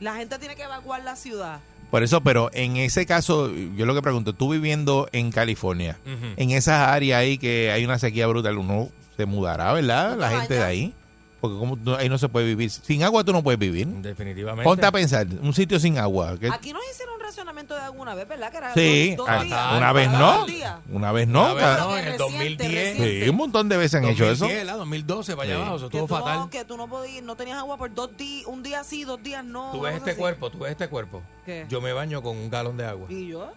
La gente tiene que evacuar la ciudad.
Por eso, pero en ese caso, yo lo que pregunto, tú viviendo en California,
Ujú.
en esas áreas ahí que hay una sequía brutal, uno se mudará, ¿verdad?
No
La
te
gente de
vayas.
ahí. Porque como tú- ahí no se puede vivir. Sin agua tú no puedes vivir.
Definitivamente.
Ponte a pensar, un sitio sin agua. ¿qué-
Aquí nos hicieron un racionamiento de alguna vez, ¿verdad? Que era
Sí,
dos- dos
ah,
días.
una vez
Era
no.
dos días.
Una vez no.
Una vez
cada-
no, en el
Reciente,
2010.
reciente.
Sí, un montón de veces han hecho eso.
2010, ¿la? 2012, para allá
Sí.
abajo, eso
Que
estuvo
tú,
fatal.
no, que tú no podías, no tenías agua por dos días, un día sí, dos días no.
Tú
una
ves
cosa
este
así.
cuerpo, tú ves este cuerpo.
¿Qué?
Yo me baño con un galón de agua.
¿Y yo?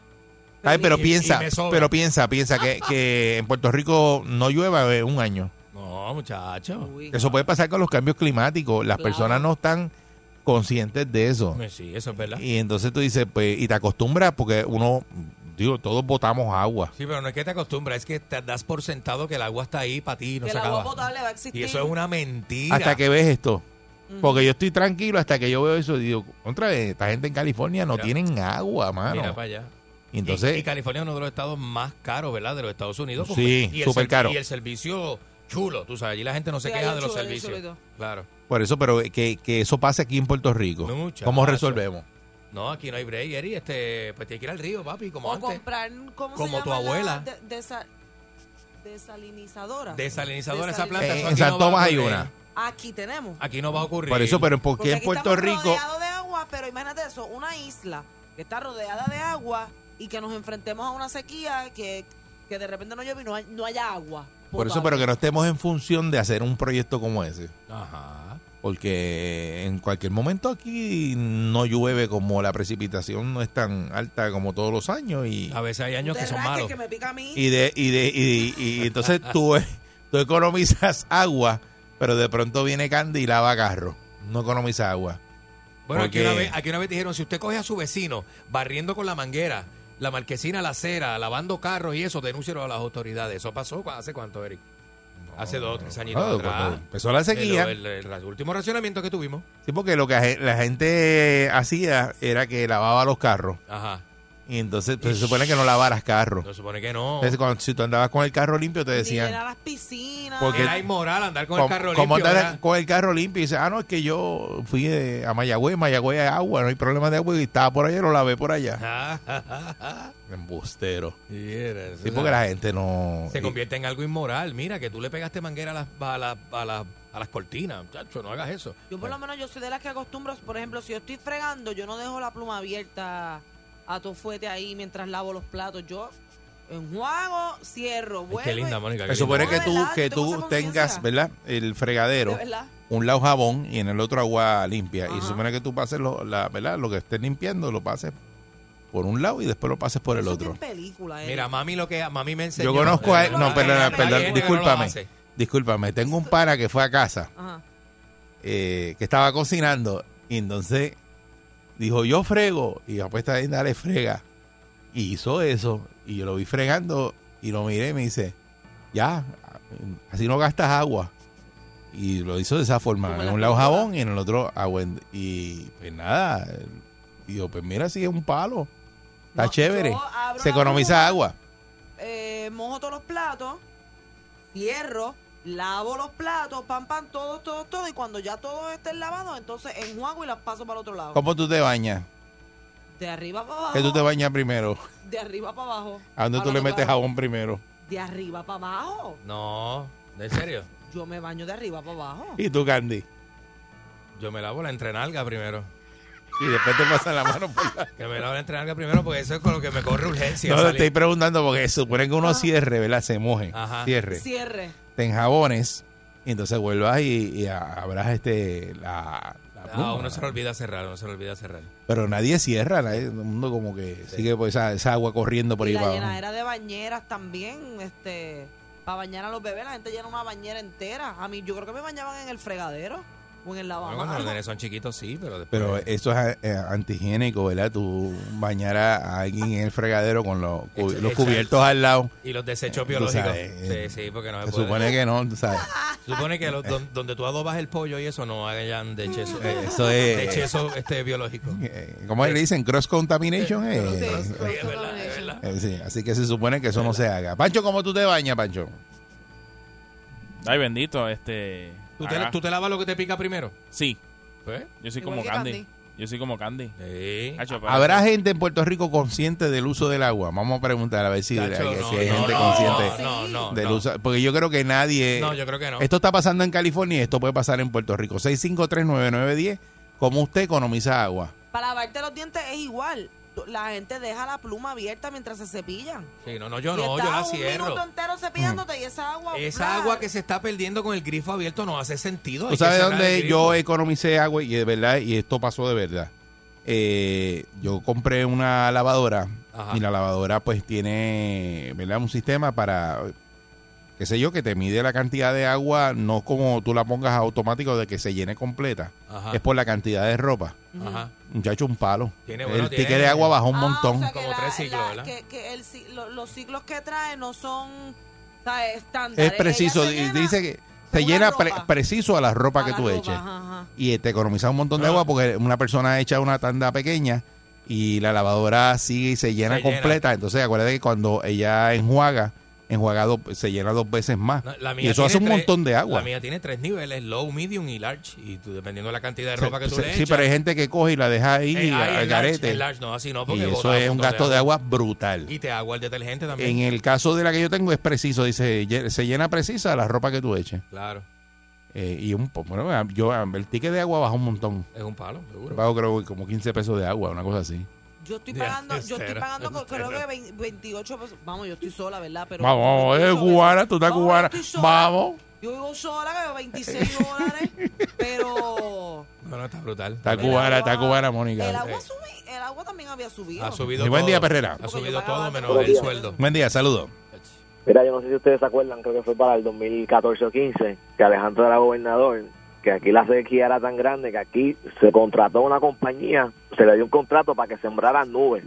Ay, pero
Y- y
piensa,
me sobra.
pero piensa, piensa que, que en Puerto Rico no llueva eh, un año.
No, muchacho.
Uy.
Eso puede pasar con los cambios climáticos. Las
Claro.
personas no están conscientes de eso.
Me- Sí, eso es verdad.
Y entonces tú dices, pues, y te acostumbras porque uno, digo, todos botamos agua.
Sí, pero no es que te acostumbras, es que te das por sentado que el agua está ahí para ti, no
que
se
el
acaba.
agua potable va a existir.
Y eso es una mentira.
Hasta que ves esto. Porque yo estoy tranquilo hasta que yo veo eso y digo, contra, esta gente en California no
Mira.
tienen agua, mano.
Mira para allá.
Y entonces,
y, y California es uno de los estados más caros, ¿verdad? De los Estados Unidos. como-
Sí,
y el
súper
ser-
caro.
Y el servicio chulo, tú sabes, allí la gente no se
Sí,
queja
hay
de
un
los
chulo, hay un
servicios. Claro.
por eso, pero que, que eso pase aquí en Puerto Rico.
No, muchacho.
¿Cómo resolvemos?
No, aquí no hay break, Eri, este, pues tienes que ir al río, papi, como
o
antes.
comprar, ¿cómo
Como
se llama
tu
la
abuela.
de- desa- desalinizadora.
Desalinizadora esa
Desaliniz-
planta.
Eh,
eso
en
aquí no
San
va a
Tomás hay
ocurrir.
una.
Aquí tenemos.
Aquí no va a ocurrir.
Por eso, pero ¿por
Porque
qué en
aquí
Puerto
estamos
Rico?
rodeados de agua, pero imagínate eso, una isla que está rodeada de agua y que nos enfrentemos a una sequía que que de repente no llueve y no, hay- no haya agua.
Por eso, pero que no estemos en función de hacer un proyecto como ese. Ah,
Ajá.
Porque en cualquier momento aquí no llueve como la precipitación no es tan alta como todos los años. Y,
A veces hay años que son malos. que me
pica a mí.
y de y de y, y- y entonces tú, tú economizas agua pero de pronto viene Candy y lava carro no economiza agua
Bueno, aquí
Porque-
una, vez, aquí una vez dijeron, si usted coge a su vecino barriendo con la manguera, la marquesina, la acera, lavando carros y eso, denúncielo a las autoridades. Eso pasó cu- hace cuánto, Eric. hace dos o tres añitos
no,
atrás.
cuando empezó la sequía.
El, el- el último racionamiento que tuvimos.
sí porque lo que aje- la gente hacía era que lavaba los carros
Ajá.
y entonces pues, se supone que no lavaras carros
Se supone que no.
entonces cuando si tú andabas con el carro limpio te decían
Porque era inmoral andar con el
¿Cómo-
carro
cómo
limpio.
andar
¿verdad?
con el carro limpio? Y dice, ah, no, es que yo fui eh, a Mayagüez, Mayagüez hay agua, no hay problema de agua, y estaba por allá, lo lavé por allá. Embustero.
Y era-
Sí, porque la gente no...
Se convierte en algo inmoral. Mira, que tú le pegaste manguera a las, a las, a las, a las cortinas. Muchacho, no hagas eso.
Yo
pues.
por lo menos yo soy de las que acostumbro, por ejemplo, si yo estoy fregando, yo no dejo la pluma abierta a tu fuete ahí mientras lavo los platos. Yo enjuago, cierro, vuelvo.
Qué linda, Mónica.
Se supone que
No,
tú,
¿verdad?
que
Yo tengo
tú
esa
tengas,
conciencia.
¿verdad? El fregadero,
De verdad.
un lado jabón y en el otro agua limpia. Y se
Ajá.
supone que tú pases, lo, la, ¿verdad? Lo que estés limpiando lo pases por un lado y después lo pases por el otro.
película,
Mira, mami lo que mami me enseñó.
Yo conozco a... No, perdona,
Hay gente
perdón,
que no lo
discúlpame.
hace.
Discúlpame, tengo un pana que fue a casa.
Ajá.
eh, que estaba cocinando y entonces dijo yo frego y yo pues está bien, dale frega y hizo eso y yo lo vi fregando y lo miré y me dice ya así no gastas agua y lo hizo de esa forma en un lado jabón y en el otro agua En- y pues nada eh, y yo pues mira si es un palo está chévere
yo abro
se
la
economiza
boca.
agua
eh, mojo todos los platos, cierro, lavo los platos, pam, pam, todo, todo, todo. Y cuando ya todos estén lavados, entonces enjuago y las paso para el otro lado.
¿cómo tú te bañas?
De arriba para abajo.
que tú te bañas primero?
De arriba para abajo.
¿a dónde tú
Ahora
le
tú
metes
vas-
jabón primero?
De arriba para abajo.
No, ¿en serio?
Yo me baño de arriba para abajo.
¿y tú Candy?
Yo me lavo la entrenalga primero.
y después te pasan la mano por la
Que me lavo la entrenalga primero porque eso es con lo que me corre urgencia.
No, te
salir. Ah.
estoy preguntando porque se supone que uno cierre, ¿verdad? Se moje,
Ajá.
cierre,
Cierre.
te enjabones y entonces vuelvas y, y a- abras este la, la pluma.
Ah, uno se le olvida cerrar, uno se le olvida cerrar.
Pero nadie cierra, nadie- todo el mundo como que sigue por esa, esa agua corriendo por
Y
ahí
la
para abajo.
llenadera de bañeras también, este, para bañar a los bebés, la gente llena una bañera entera. A mí, yo creo que me bañaban en el fregadero o en el
Bueno, cuando los
lavamanos.
nenes son chiquitos, sí, pero después.
Pero eso es a- eh, antihigiénico, ¿verdad? Tú bañar a a alguien en el fregadero con los cu-
Echa-
los
echa-
cubiertos al lado. Eh,
Y los desechos
Tú
biológicos.
sabes, eh,
sí, sí, porque no se,
Se
puede.
supone que no, tú sabes.
Se supone que los- don- donde tú adobas el pollo y eso no hagan de cheso.
Eh, eso es-
De cheso este, biológico.
Eh, ¿Cómo le dicen? Cross contamination. eh.
Sí, es verdad, es verdad.
Eh, sí, así que se supone que eso no se haga. Pancho, ¿cómo tú te bañas, Pancho?
Ay, bendito, este.
¿Tú te,
haga-
tú te lavas lo que te pica primero?
Sí.
¿Eh?
Yo soy
Igual
como
que
Candy.
Candy.
Yo soy como Candy.
Sí.
Hacho, para-
¿Habrá gente en Puerto Rico consciente del uso del agua? Vamos a preguntar a ver si,
Chacho,
hay,
no,
si hay
no,
gente
no,
consciente
no, no,
del
no.
uso. Porque yo creo que nadie...
No, yo creo que no.
Esto está pasando en California y esto puede pasar en Puerto Rico. 6539910, ¿cómo usted economiza agua?
Para lavarte los dientes es igual. Tú- La gente deja la pluma abierta mientras se cepillan.
Sí, no, no, yo
Y
no, yo
estás
la
un
cierro. Mm.
minuto entero cepillándote y esa agua.
Esa agua que se está perdiendo con el grifo abierto no hace sentido.
¿Tú sabes dónde yo economicé agua y de verdad, y esto pasó de verdad? Eh, yo compré una lavadora
Ajá.
y la lavadora pues tiene, ¿verdad? Un sistema para, qué sé yo, que te mide la cantidad de agua, no como tú la pongas automático de que se llene completa,
Ajá.
es por la cantidad de ropa.
Ajá.
Muchacho, un palo.
Tiene-
el
bueno,
ticket
tiene-
de agua bajó un
Ah,
montón.
o sea que
Como
la-
tres ciclos,
la-
¿verdad?
Que, que el ci- lo- los ciclos que trae no son o sea, estándares.
es preciso,
Ella se
y
llena
dice que
con
se
una
llena
ropa.
pre- preciso a la ropa
a
que
la
tú
ropa,
eches.
ajá, ajá.
y eh, te economiza un
Ah.
montón de agua porque una persona echa una tanda pequeña y la lavadora sigue y se llena
Se llena.
completa. Entonces, acuérdate que cuando ella enjuaga, enjuaga dos- se llena dos veces más.
No, la mía
y eso
tiene
hace un
tres-
montón de agua.
La mía tiene tres niveles, low, medium y large. Y tú, dependiendo de la cantidad de
Se-
ropa que tú
se-
le
sí,
echas.
pero hay gente que coge y la deja ahí
eh, ay,
al
el large,
garete.
el large, no, así no,
y
porque
eso
bota
es
un
un
montón
gasto de agua brutal.
Y te agua el detergente también.
En el caso de la que yo tengo es preciso, dice, "Ye- se llena precisa la ropa que tú eches.
Claro,
Eh, y un po- bueno, yo el ticket de agua baja un montón.
es un palo, seguro.
Pago creo que como 15 pesos de agua, una cosa así.
Yo estoy
Ya,
pagando, yo estoy
embustero,
pagando con- creo que
embustero.
20 28 pesos. Vamos, yo estoy sola, ¿verdad? Pero
Vamos, vamos, eh, cubana, tú estás
Vamos,
cubana.
estoy sola.
Vamos.
Yo vivo sola, que veo 26 dólares, pero
No, no, está brutal.
Está cubana, está cubana, Mónica.
el agua, subi- el agua también había subido.
eh. Ha subido
Y buen
todo.
día, Perrera.
Ha subido todo menos
Buenos
el
días.
sueldo.
Buen día, saludos.
Mira, yo no sé si ustedes se acuerdan, creo que fue para el 2014 o 15, que Alejandro era gobernador, que aquí la sequía era tan grande que aquí se contrató una compañía, se le dio un contrato para que sembrara nubes,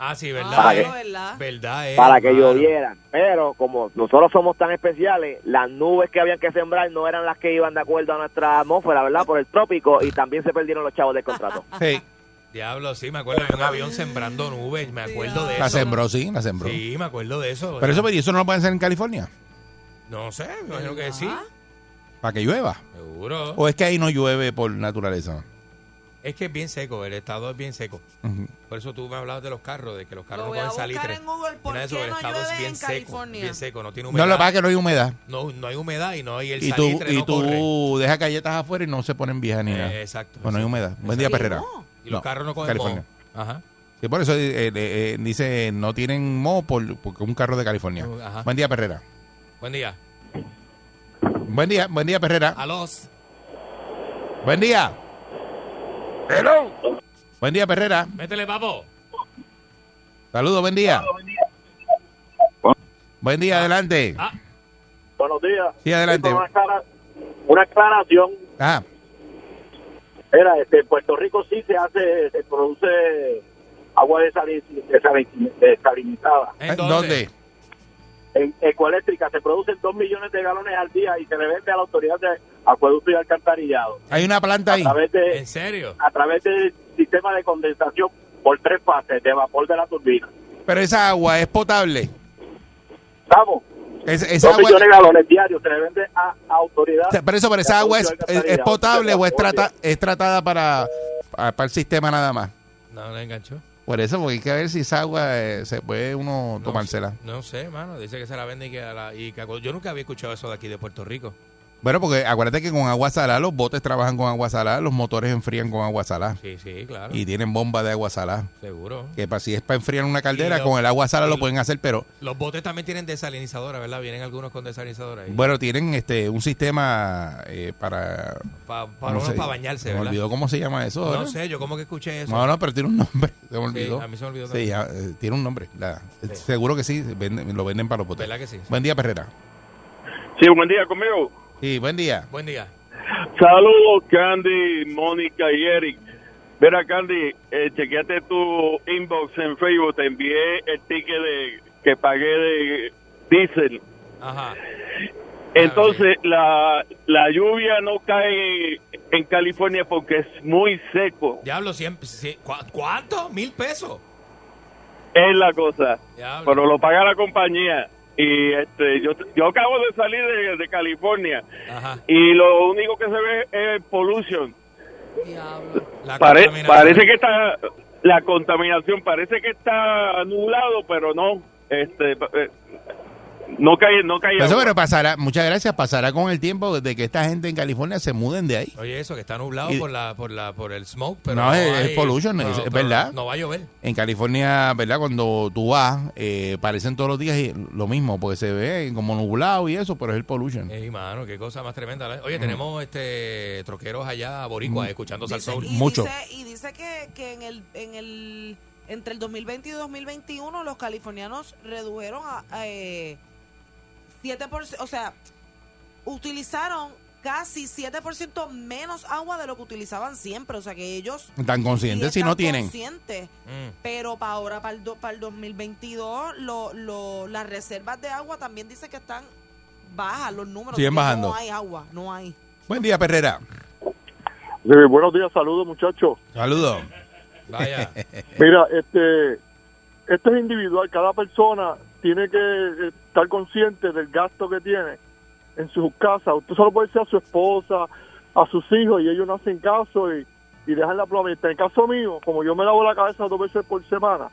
Ah, sí, ¿verdad?
Para
eh?
que-
verdad. eh,
para que
mano.
lloviera. Pero como nosotros somos tan especiales, las nubes que habían que sembrar no eran las que iban de acuerdo a nuestra atmósfera, ¿verdad? Por el trópico y también se perdieron los chavos del contrato.
Diablo, sí, me acuerdo de un avión sembrando nubes, me acuerdo de eso.
La sembró, sí, la sembró.
Sí, me acuerdo de eso.
Pero eso, pero ¿y eso no lo pueden hacer en California,
No sé, me imagino que sí.
para que llueva.
Seguro.
¿O es que ahí no llueve por naturaleza?
Es que es bien seco, el estado es bien seco.
Ujú.
Por eso tú me hablabas de los carros, de que los carros
Lo
no
voy a
pueden
buscar
salitre.
en Google, ¿por
Nada de eso,
qué
el
no
estado
llueve
es bien
en
seco,
California?
bien seco, no tiene
No,
humedad.
lo que pasa es que no hay humedad.
No, no hay humedad y no hay el
Y tú,
salitre,
y
no corre.
tú dejas galletas afuera y no se ponen viejas ni
Eh,
nada.
exacto,
Pues no hay humedad. Buen día,
Exacto.
Perrera.
Y los carros no cogen
California.
moho. Ajá.
Sí, por eso eh, eh, eh, dice, no tienen mo por, porque un carro de California.
Uh, ajá.
Buen día, Perrera.
Buen día.
Buen día, buen día, Perrera.
A los.
Buen día. Hello. Buen día, Perrera.
Métele, papo.
Saludos, buen día. Buen día, adelante.
Buenos días.
Sí, adelante.
Una, aclara- una aclaración.
Ah,
Era, este, en Puerto Rico sí se hace, se produce agua desalin- desalin- desalinizada.
¿En dónde?
En Ecoeléctrica se producen dos millones de galones al día y se le vende a la autoridad de acueducto y alcantarillado.
Hay una planta ahí.
A través de,
serio?
A través del sistema de condensación por tres fases de vapor de la turbina.
Pero esa agua es potable.
Estamos.
Es- esa
Dos
agua,
millones de galones diarios se le vende a, a autoridad.
pero eso, pero esa
de
agua es,
acueducto y
es- es
alcantarillado.
potable o es, trata, es tratada para, para, para el sistema nada más.
No, no enganchó.
Por eso, porque hay que ver si esa agua eh, se puede uno tomársela.
No sé, mano. Dice que se la venden y que, a la- y que a- yo nunca había escuchado eso de aquí de Puerto Rico.
Bueno, porque acuérdate que con agua salada los botes trabajan con agua salada, los motores enfrían con agua salada.
Sí, sí, claro.
Y tienen bomba de agua salada.
Seguro.
Que para, si es para enfriar una caldera,
Y lo-
con el agua salada
y
lo
lo-
pueden hacer, pero
Los botes también tienen desalinizadora, ¿verdad? Vienen algunos con desalinizadora ahí.
bueno, tienen este un sistema eh, para...
Pa- para uno
¿cómo se-
para bañarse,
se me
¿verdad?
olvidó cómo se llama eso.
No
¿verdad?
sé, yo como que escuché eso.
No, no, pero tiene un nombre. Se me olvidó.
a mí se me olvidó
Sí,
también.
ya, eh, tiene un nombre. la-
Sí.
Seguro que sí, venden- lo venden para los botes.
¿Verdad que sí?
Buen día, Perrera.
Sí, buen día conmigo.
Sí, buen día.
Buen día.
Saludos, Candy, Mónica y Eric. Mira, Candy, eh, chequeate tu inbox en Facebook. Te envié el ticket de, que pagué de diésel.
Ajá. Ah,
Entonces, la, la lluvia no cae en California porque es muy seco.
Diablo, siempre. sí. ¿Cu- ¿Cuánto? ¿Mil pesos?
Es la cosa.
Diablo.
Pero lo paga la compañía. Y este, yo, yo acabo de salir de, de California.
Ajá.
Y lo único que se ve es pollution.
La
Pare-
contaminación.
parece que está la contaminación parece que está nublado pero no este pa- eh, no cae no cae
Pues Eso,
agua.
pero pasará, muchas gracias, pasará con el tiempo desde que esta gente en California se muden de ahí.
Oye, eso que está nublado
Y-
por la por la por el smoke, pero
no, es, es
hay-
pollution,
no,
es, es
pero
verdad.
No va a llover.
En California, ¿verdad? Cuando tú vas, eh, parecen todos los días y lo mismo, porque se ve como nublado y eso, pero es el pollution.
Ey, mano, qué cosa más tremenda. ¿eh? Oye, tenemos este troqueros allá boricuas
Mm.
escuchando salsón.
y- Mucho.
Dice- y dice que, que en el, en el, entre el 2020 y 2021 los californianos redujeron a, a, eh, 7%, o sea, utilizaron casi 7% menos agua de lo que utilizaban siempre, o sea que ellos...
Tan conscientes
sí
si no
están
tienen.
conscientes.
Mm.
Pero para ahora, para el, do- para el 2022, lo, lo, las reservas de agua también dice que están bajas, los números.
Siguen
que
bajando.
No hay agua, no hay.
Buen día, Perrera.
Sí, buenos días, saludos muchachos.
Saludos.
Vaya.
Mira, este, esto es individual. Cada persona tiene que estar consciente del gasto que tiene en sus casas. Usted solo puede decir a su esposa, a sus hijos, y ellos no hacen caso y, y dejan la plomita. En el caso mío, como yo me lavo la cabeza dos veces por semana,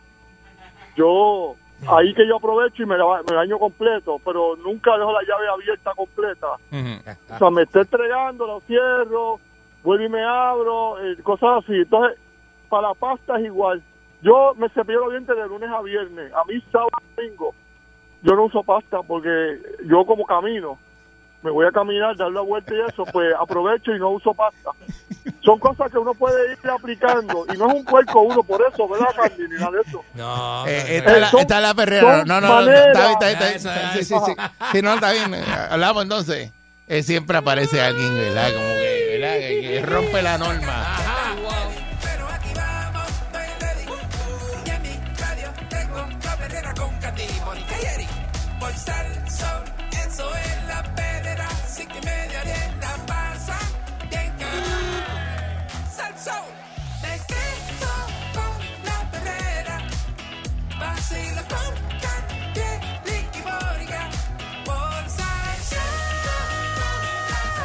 yo ahí que yo aprovecho y me, la, me baño completo, pero nunca dejo la llave abierta completa.
Ah.
O sea, me está entregando, lo cierro, vuelvo y me abro, eh, cosas así. Entonces, para la pasta es igual. Yo me cepillo los dientes de lunes a viernes. A mí sábado y domingo yo no uso pasta porque yo como camino, me voy a caminar, dar la vuelta y eso, pues aprovecho y no uso pasta. Son cosas que uno puede ir aplicando y no es un puerco uno por eso, ¿verdad, Candy? Ni nada de eso.
No,
Eh,
eh,
está, la,
son-
está la perrera.
son
No, no, no, no,
maneras.
está bien, está bien,
Ah,
está bien.
Eso,
Sí, sí,
eso.
sí. Sí, no, está bien. eh, Hablamos entonces. Eh, siempre aparece alguien, ¿verdad? Como que, ¿verdad? Que, que rompe la norma.
Y en mi radio tengo la perrera con Katy, Mónica y Eric. Por Sal Sol, eso es la perrera. Así que media bien la pasa. Bien cabrón. Sal Sol. Me quedo con la perrera. Vacilo con Katy, Eric y Mónica. Por Sal Sol.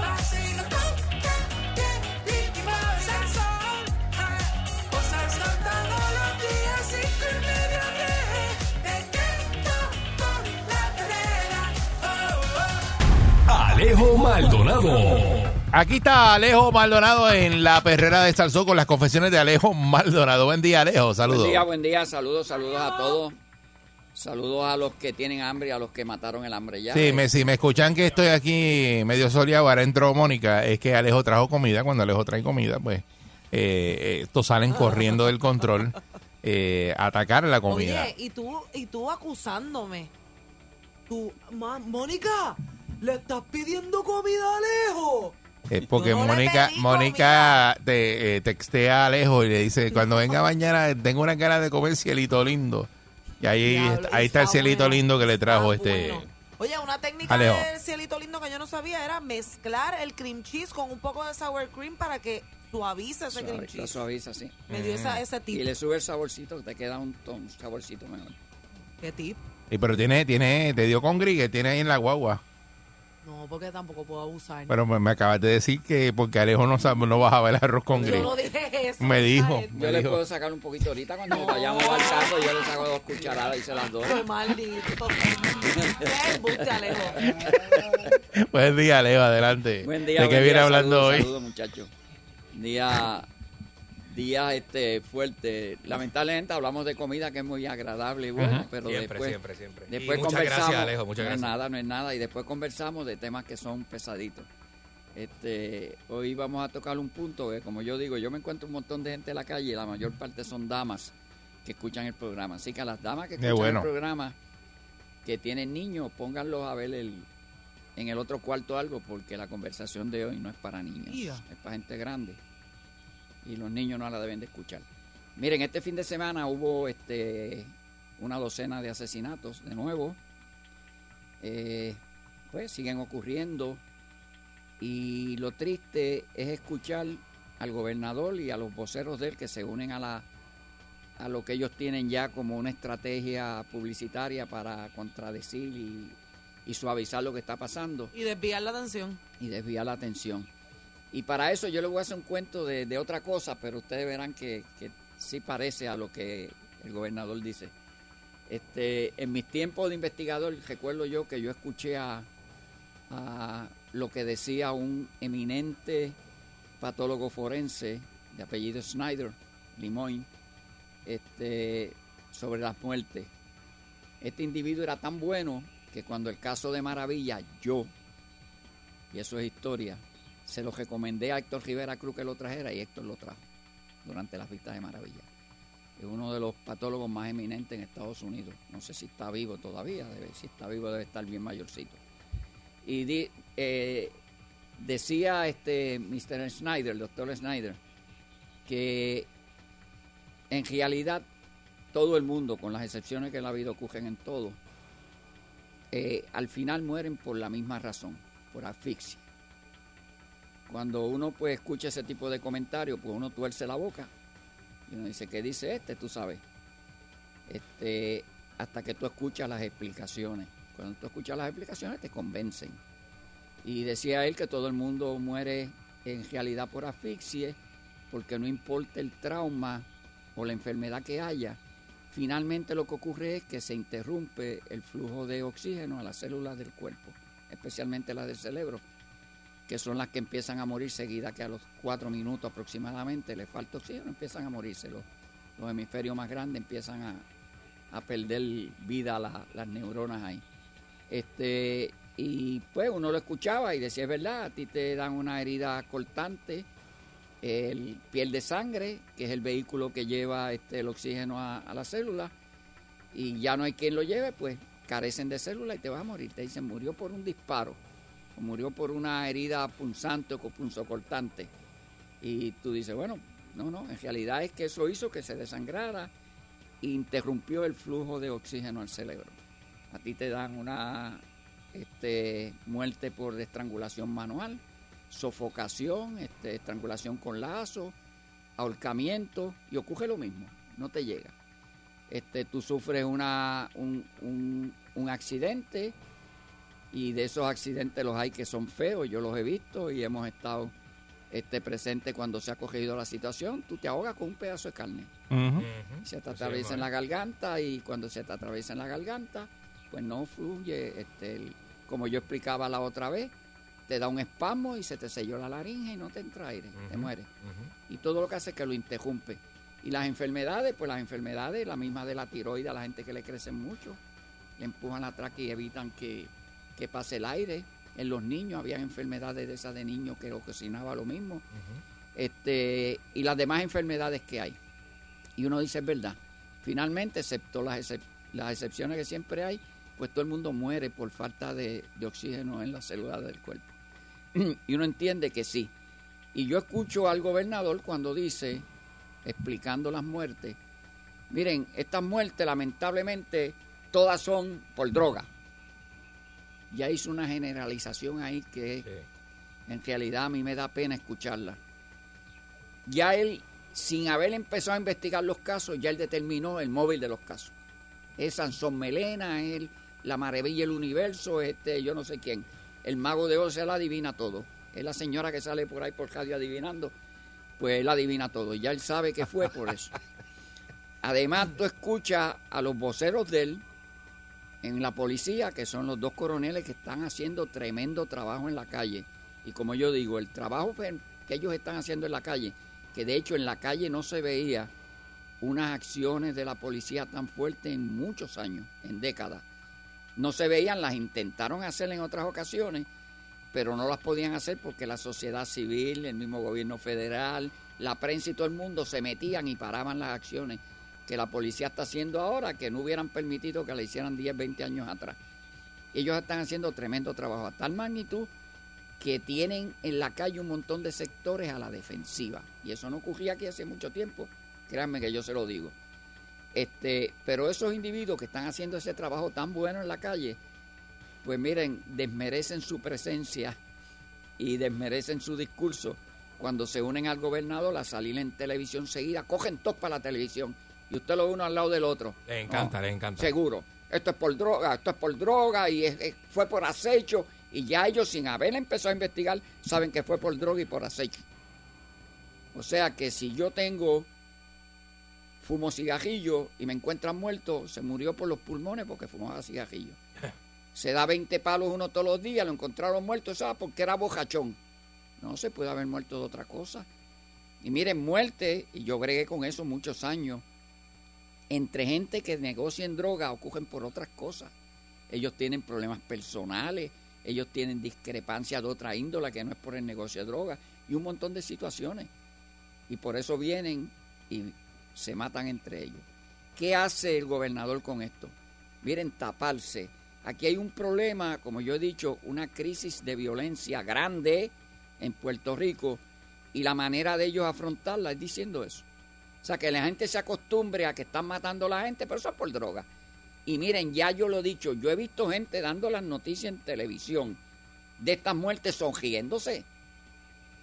Vacilo con Katy, Eric y Mónica. Sal Sol. Cosas no todos los días, cinco y media de Te quedo con la perrera Oh, oh
Alejo Maldonado.
Aquí está Alejo Maldonado en la perrera de Salsó con las confesiones de Alejo Maldonado. Buen día, Alejo. Saludos.
Buen día, buen día. Saludos, saludos a todos. Saludos a los que tienen hambre y a los que mataron el hambre ya. Eh,
Sí, me, si me escuchan que estoy aquí medio soleado, ahora entró Mónica, es que Alejo trajo comida, cuando Alejo trae comida, pues eh, estos salen corriendo del control eh, a atacar la comida.
Oye, y tú, y tú acusándome. Tú, ma- Mónica, le estás pidiendo comida a Alejo.
Es Eh, porque Mónica, Mónica te, eh, textea a Alejo y le dice, cuando venga mañana tengo una cara de comer cielito lindo. Y ahí, ahí está el cielito lindo que le trajo este...
Oye, una técnica
Alejo.
del cielito lindo que yo no sabía era mezclar el cream cheese con un poco de sour cream para que suavice ese cream
Suave-
cheese.
La suaviza, sí.
Me dio esa- ese tip.
Y le sube el saborcito, te queda un, un saborcito mejor.
¿Qué tip?
Y pero tiene, tiene, te dio con gris, que tiene ahí en la guagua.
No, porque tampoco puedo abusar.
Pero me, me acabas de decir que porque Alejo no, sabe- no bajaba el arroz con gris.
yo no dije eso.
Me dijo,
Alejo.
me
Yo le
dijo.
puedo sacar un poquito ahorita cuando nos vayamos al caso. Yo le saco dos cucharadas y se las doy.
Qué maldito. Qué embuste, Alejo.
Buen día, Leo, adelante.
Buen día.
¿De qué
buen
viene
día,
hablando
saludos,
hoy?
Saludos, muchachos. Día, día este, fuerte. Lamentablemente hablamos de comida que es muy agradable y buena,
Ujú.
pero
Siempre,
después,
siempre, siempre.
después
Y muchas
conversamos.
gracias, Alejo, muchas
No es
gracias.
nada, no es nada. Y después conversamos de temas que son pesaditos. Este, hoy vamos a tocar un punto que, como yo digo, yo me encuentro un montón de gente en la calle y la mayor parte son damas que escuchan el programa. Así que a las damas que
Qué
escuchan
bueno.
el programa que tienen niños, pónganlos a ver el, en el otro cuarto algo, porque la conversación de hoy no es para niños,
Ya.
es para gente grande. Y los niños no la deben de escuchar. Miren, este fin de semana hubo este una docena de asesinatos de nuevo. Eh, pues siguen ocurriendo. Y lo triste es escuchar al gobernador y a los voceros de él que se unen a la a lo que ellos tienen ya como una estrategia publicitaria para contradecir y, y suavizar lo que está pasando
Y desviar la atención.
y desviar la atención. Y para eso yo le voy a hacer un cuento de, de otra cosa, pero ustedes verán que, que sí parece a lo que el gobernador dice. Este, en mis tiempos de investigador, recuerdo yo que yo escuché a, a lo que decía un eminente patólogo forense de apellido Snyder, Limoyne, este, sobre las muertes. Este individuo era tan bueno que cuando el caso de Maravilla, yo, y eso es historia. Se lo recomendé a Héctor Rivera Cruz que lo trajera y Héctor lo trajo durante las vistas de Maravilla. Es uno de los patólogos más eminentes en Estados Unidos. No sé si está vivo todavía, debe- si está vivo debe estar bien mayorcito. Y di- eh, decía este Mr. Snyder, el doctor Snyder, que en realidad todo el mundo, con las excepciones que en la vida ocurren en todo, eh, al final mueren por la misma razón, por asfixia. Cuando uno pues escucha ese tipo de comentarios, pues uno tuerce la boca. Y uno dice, ¿qué dice este? Tú sabes. Este, hasta que tú escuchas las explicaciones. Cuando tú escuchas las explicaciones te convencen. Y decía él que todo el mundo muere en realidad por asfixia, porque no importa el trauma o la enfermedad que haya, finalmente lo que ocurre es que se interrumpe el flujo de oxígeno a las células del cuerpo, especialmente las del cerebro, que son las que empiezan a morir seguida que a los cuatro minutos aproximadamente le falta oxígeno, empiezan a morirse. Los, los hemisferios más grandes empiezan a, a perder vida la- las neuronas ahí. Este, y pues uno lo escuchaba y decía, es verdad, a ti te dan una herida cortante, el piel de sangre, que es el vehículo que lleva este, el oxígeno a, a las células, y ya no hay quien lo lleve, pues carecen de células y te vas a morir. Te dicen, murió por un disparo, o murió por una herida punzante o co- punzocortante. Y tú dices, bueno, no, no, en realidad es que eso hizo que se desangrara e interrumpió el flujo de oxígeno al cerebro. A ti te dan una este, muerte por estrangulación manual, sofocación, este, estrangulación con lazo, ahorcamiento, y ocurre lo mismo, no te llega. Este, tú sufres una, un, un- un accidente y de esos accidentes los hay que son feos, yo los he visto y hemos estado este, presentes cuando se ha cogido la situación, tú te ahogas con un pedazo de carne. Se te atraviesa en la garganta y cuando se te atraviesa en la garganta, pues no fluye, este, el- como yo explicaba la otra vez, te da un espasmo y se te selló la laringe y no te entra aire, te mueres. Y todo lo que hace es que lo interrumpe. Y las enfermedades, pues las enfermedades, la misma de la tiroides, a la gente que le crecen mucho, le empujan la tráquea y evitan que, que pase el aire. En los niños había enfermedades de esas de niños que ocasionaba lo mismo. este Y las demás enfermedades que hay y uno dice es verdad. Finalmente, excepto las, excep- las excepciones que siempre hay, pues todo el mundo muere por falta de, de oxígeno en las células del cuerpo. y uno entiende que sí. Y yo escucho al gobernador cuando dice, explicando las muertes, miren, estas muertes lamentablemente todas son por droga. Ya hizo una generalización ahí que en realidad a mí me da pena escucharla ya él, sin haber empezado a investigar los casos, ya él determinó el móvil de los casos. Es Sansón Melena, es el- la maravilla del universo, este, yo no sé quién. El mago de Oz, él adivina todo. Es la señora que sale por ahí por radio adivinando, pues él adivina todo. Ya él sabe que fue por eso. Además, tú escuchas a los voceros de él en la policía, que son los dos coroneles que están haciendo tremendo trabajo en la calle. Y como yo digo, el trabajo que que ellos están haciendo en la calle, que de hecho en la calle no se veía unas acciones de la policía tan fuertes en muchos años, en décadas. No se veían, las intentaron hacer en otras ocasiones, pero no las podían hacer porque la sociedad civil, el mismo gobierno federal, la prensa y todo el mundo se metían y paraban las acciones que la policía está haciendo ahora, que no hubieran permitido que la hicieran 10, 20 años atrás. Ellos están haciendo tremendo trabajo, a tal magnitud que tienen en la calle un montón de sectores a la defensiva. Y eso no ocurría aquí hace mucho tiempo, créanme que yo se lo digo. Este, pero esos individuos que están haciendo ese trabajo tan bueno en la calle, pues miren, desmerecen su presencia y desmerecen su discurso cuando se unen al gobernador a salir en televisión seguida, cogen todos para la televisión y usted lo ve uno al lado del otro.
Le encanta, le encanta.
Seguro. Esto es por droga, esto es por droga y es- es- fue por acecho. Y ya ellos, sin haber empezado a investigar, saben que fue por droga y por acecho. O sea que si yo tengo, fumo cigarrillo y me encuentran muerto, se murió por los pulmones porque fumaba cigarrillo. Se da 20 palos uno todos los días, lo encontraron muerto, ¿sabes? Porque era bojachón. No se puede haber muerto de otra cosa. Y miren, muerte, y yo bregué con eso muchos años, entre gente que negocien droga o cogen por otras cosas. Ellos tienen problemas personales, ellos tienen discrepancias de otra índola que no es por el negocio de droga y un montón de situaciones. Y por eso vienen y se matan entre ellos. ¿Qué hace el gobernador con esto? Miren, taparse. Aquí hay un problema, como yo he dicho, una crisis de violencia grande en Puerto Rico y la manera de ellos afrontarla es diciendo eso. O sea, que la gente se acostumbre a que están matando a la gente, pero eso es por droga. Y miren, ya yo lo he dicho, yo he visto gente dando las noticias en televisión de estas muertes sonriéndose.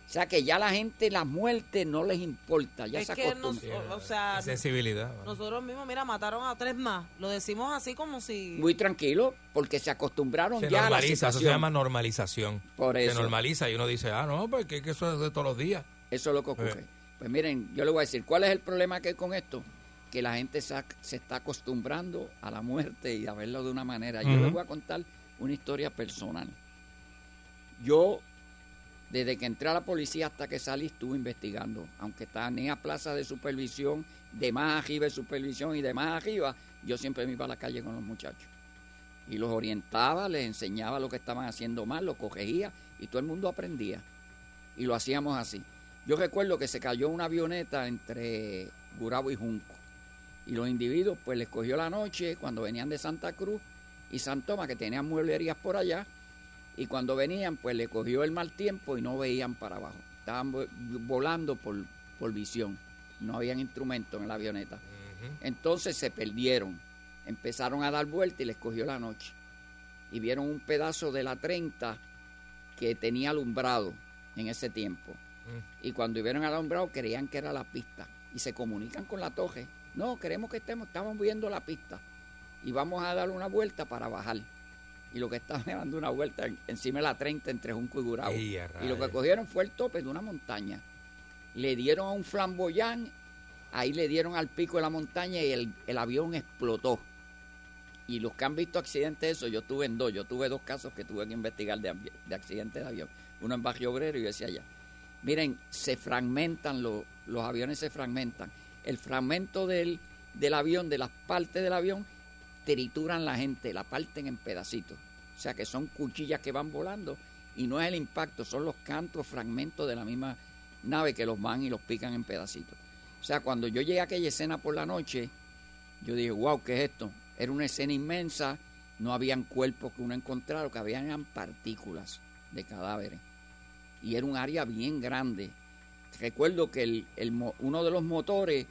O sea, que ya la gente, las muertes no les importa, ya
es
se
que nos,
acostumbra.
o- o sea,
Sensibilidad.
nosotros mismos, mira, mataron a tres más. Lo decimos así como si...
Muy tranquilo, porque se acostumbraron
Se
ya a la
normaliza, eso se
situación.
llama normalización.
Por
Se
eso.
normaliza y uno dice, ah, no, pues que, que eso es de todos los días. Eh,
Eso es lo que ocurre. Pues miren, yo le voy a decir, ¿cuál es el problema que hay con esto? Que la gente se, ac- se está acostumbrando a la muerte y a verlo de una manera. Yo
Ujú.
les voy a contar una historia personal. Yo Desde que entré a la policía hasta que salí estuve investigando. Aunque tenía plaza de supervisión, de más arriba de supervisión y de más arriba, yo siempre me iba a la calle con los muchachos. Y los orientaba, les enseñaba lo que estaban haciendo mal, los corregía y todo el mundo aprendía. Y lo hacíamos así. Yo recuerdo que se cayó una avioneta entre Gurabo y Junco. Y los individuos, pues les cogió la noche cuando venían de Santa Cruz y San Tomás, que tenían mueblerías por allá, y cuando venían, pues le cogió el mal tiempo y no veían para abajo. Estaban vo- volando por, por visión. No habían instrumentos en la avioneta. Entonces se perdieron. Empezaron a dar vuelta y les cogió la noche. Y vieron un pedazo de la 30 que tenía alumbrado en ese tiempo. Y cuando vieron al alumbrado creían que era la pista. Y se comunican con la toje. No, queremos que estemos, estamos viendo la pista. Y vamos a dar una vuelta para bajar. Y lo que estaban era dando una vuelta en- encima de la 30 entre Junco y Gurabo.
Ey, a
y lo que
rayos.
cogieron fue el tope de una montaña. Le dieron a un flamboyán, ahí le dieron al pico de la montaña y el, el avión explotó. Y los que han visto accidentes de eso, yo tuve en dos, yo tuve dos casos que tuve que investigar de, ambi- de accidentes de avión. Uno en Barrio Obrero y yo decía allá. Miren, se fragmentan, lo- los aviones se fragmentan. El fragmento del, del avión, de las partes del avión, trituran la gente, la parten en pedacitos. O sea que son cuchillas que van volando y no es el impacto, son los cantos, fragmentos de la misma nave que los van y los pican en pedacitos. O sea, cuando yo llegué a aquella escena por la noche, yo dije, wow, ¿qué es esto? Era una escena inmensa, no habían cuerpos que uno encontrara, lo que habían eran partículas de cadáveres. Y era un área bien grande. Recuerdo que el- el mo- uno de los motores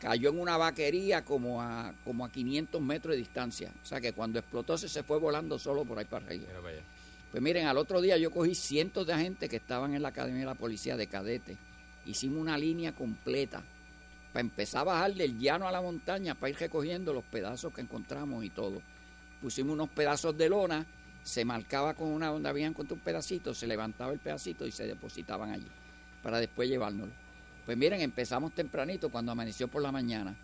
cayó en una vaquería como a, como a 500 metros de distancia. O sea que cuando explotó se, se fue volando solo por ahí para arriba. Pues miren, al otro día yo cogí cientos de agentes que estaban en la Academia de la Policía de Cadete. Hicimos una línea completa para empezar a bajar del llano a la montaña para ir recogiendo los pedazos que encontramos y todo. Pusimos unos pedazos de lona, se marcaba con una donde habían encontrado un pedacito, se levantaba el pedacito y se depositaban allí para después llevárnoslo. Pues miren, empezamos tempranito cuando amaneció por la mañana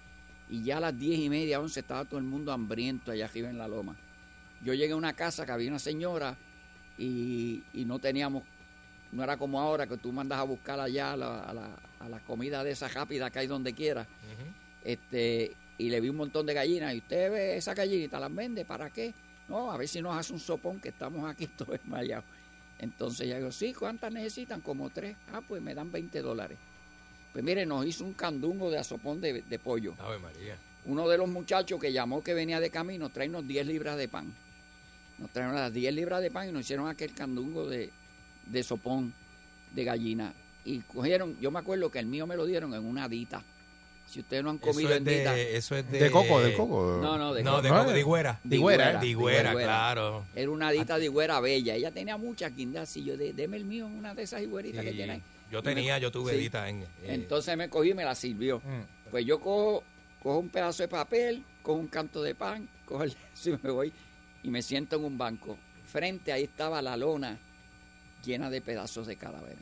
y ya a las diez y media, once estaba todo el mundo hambriento allá arriba en la loma. Yo llegué a una casa que había una señora y, y no teníamos, no era como ahora que tú mandas a buscar allá a la, a la- a la comida de esa rápida que hay donde quiera. este Y le vi un montón de gallinas y usted ve esa gallinita, las vende, ¿para qué? No, a ver si nos hace un sopón que estamos aquí todos desmayados. Entonces ya digo, sí, ¿cuántas necesitan? Como tres. Ah, pues me dan 20 dólares. Pues mire, nos hizo un candungo de asopón de, de pollo.
Ave María.
Uno de los muchachos que llamó que venía de camino, traenos 10 libras de pan. Nos trajeron las 10 libras de pan y nos hicieron aquel candungo de, de sopón de gallina. Y cogieron, yo me acuerdo que el mío me lo dieron en una dita. Si ustedes no han
Eso
comido
es
en
de-
dita.
eso es de-
De coco, de coco. ¿eh?
No, no, de
No, de coco, de higuera.
De
Higuera,
higuera,
de higuera, claro.
Era una
Ah.
dita de higuera bella. Ella tenía muchas guindas. Y yo, de, deme el mío, una de esas higueritas que
Sí.
tiene ahí.
Yo
Y me-
tenía, yo tuve
Sí.
edita en. eh,
Entonces me cogí y me la sirvió. Pues yo cojo, cojo un pedazo de papel, cojo un canto de pan, cojo el y me voy y me siento en un banco. Frente ahí estaba la lona llena de pedazos de cadáveres.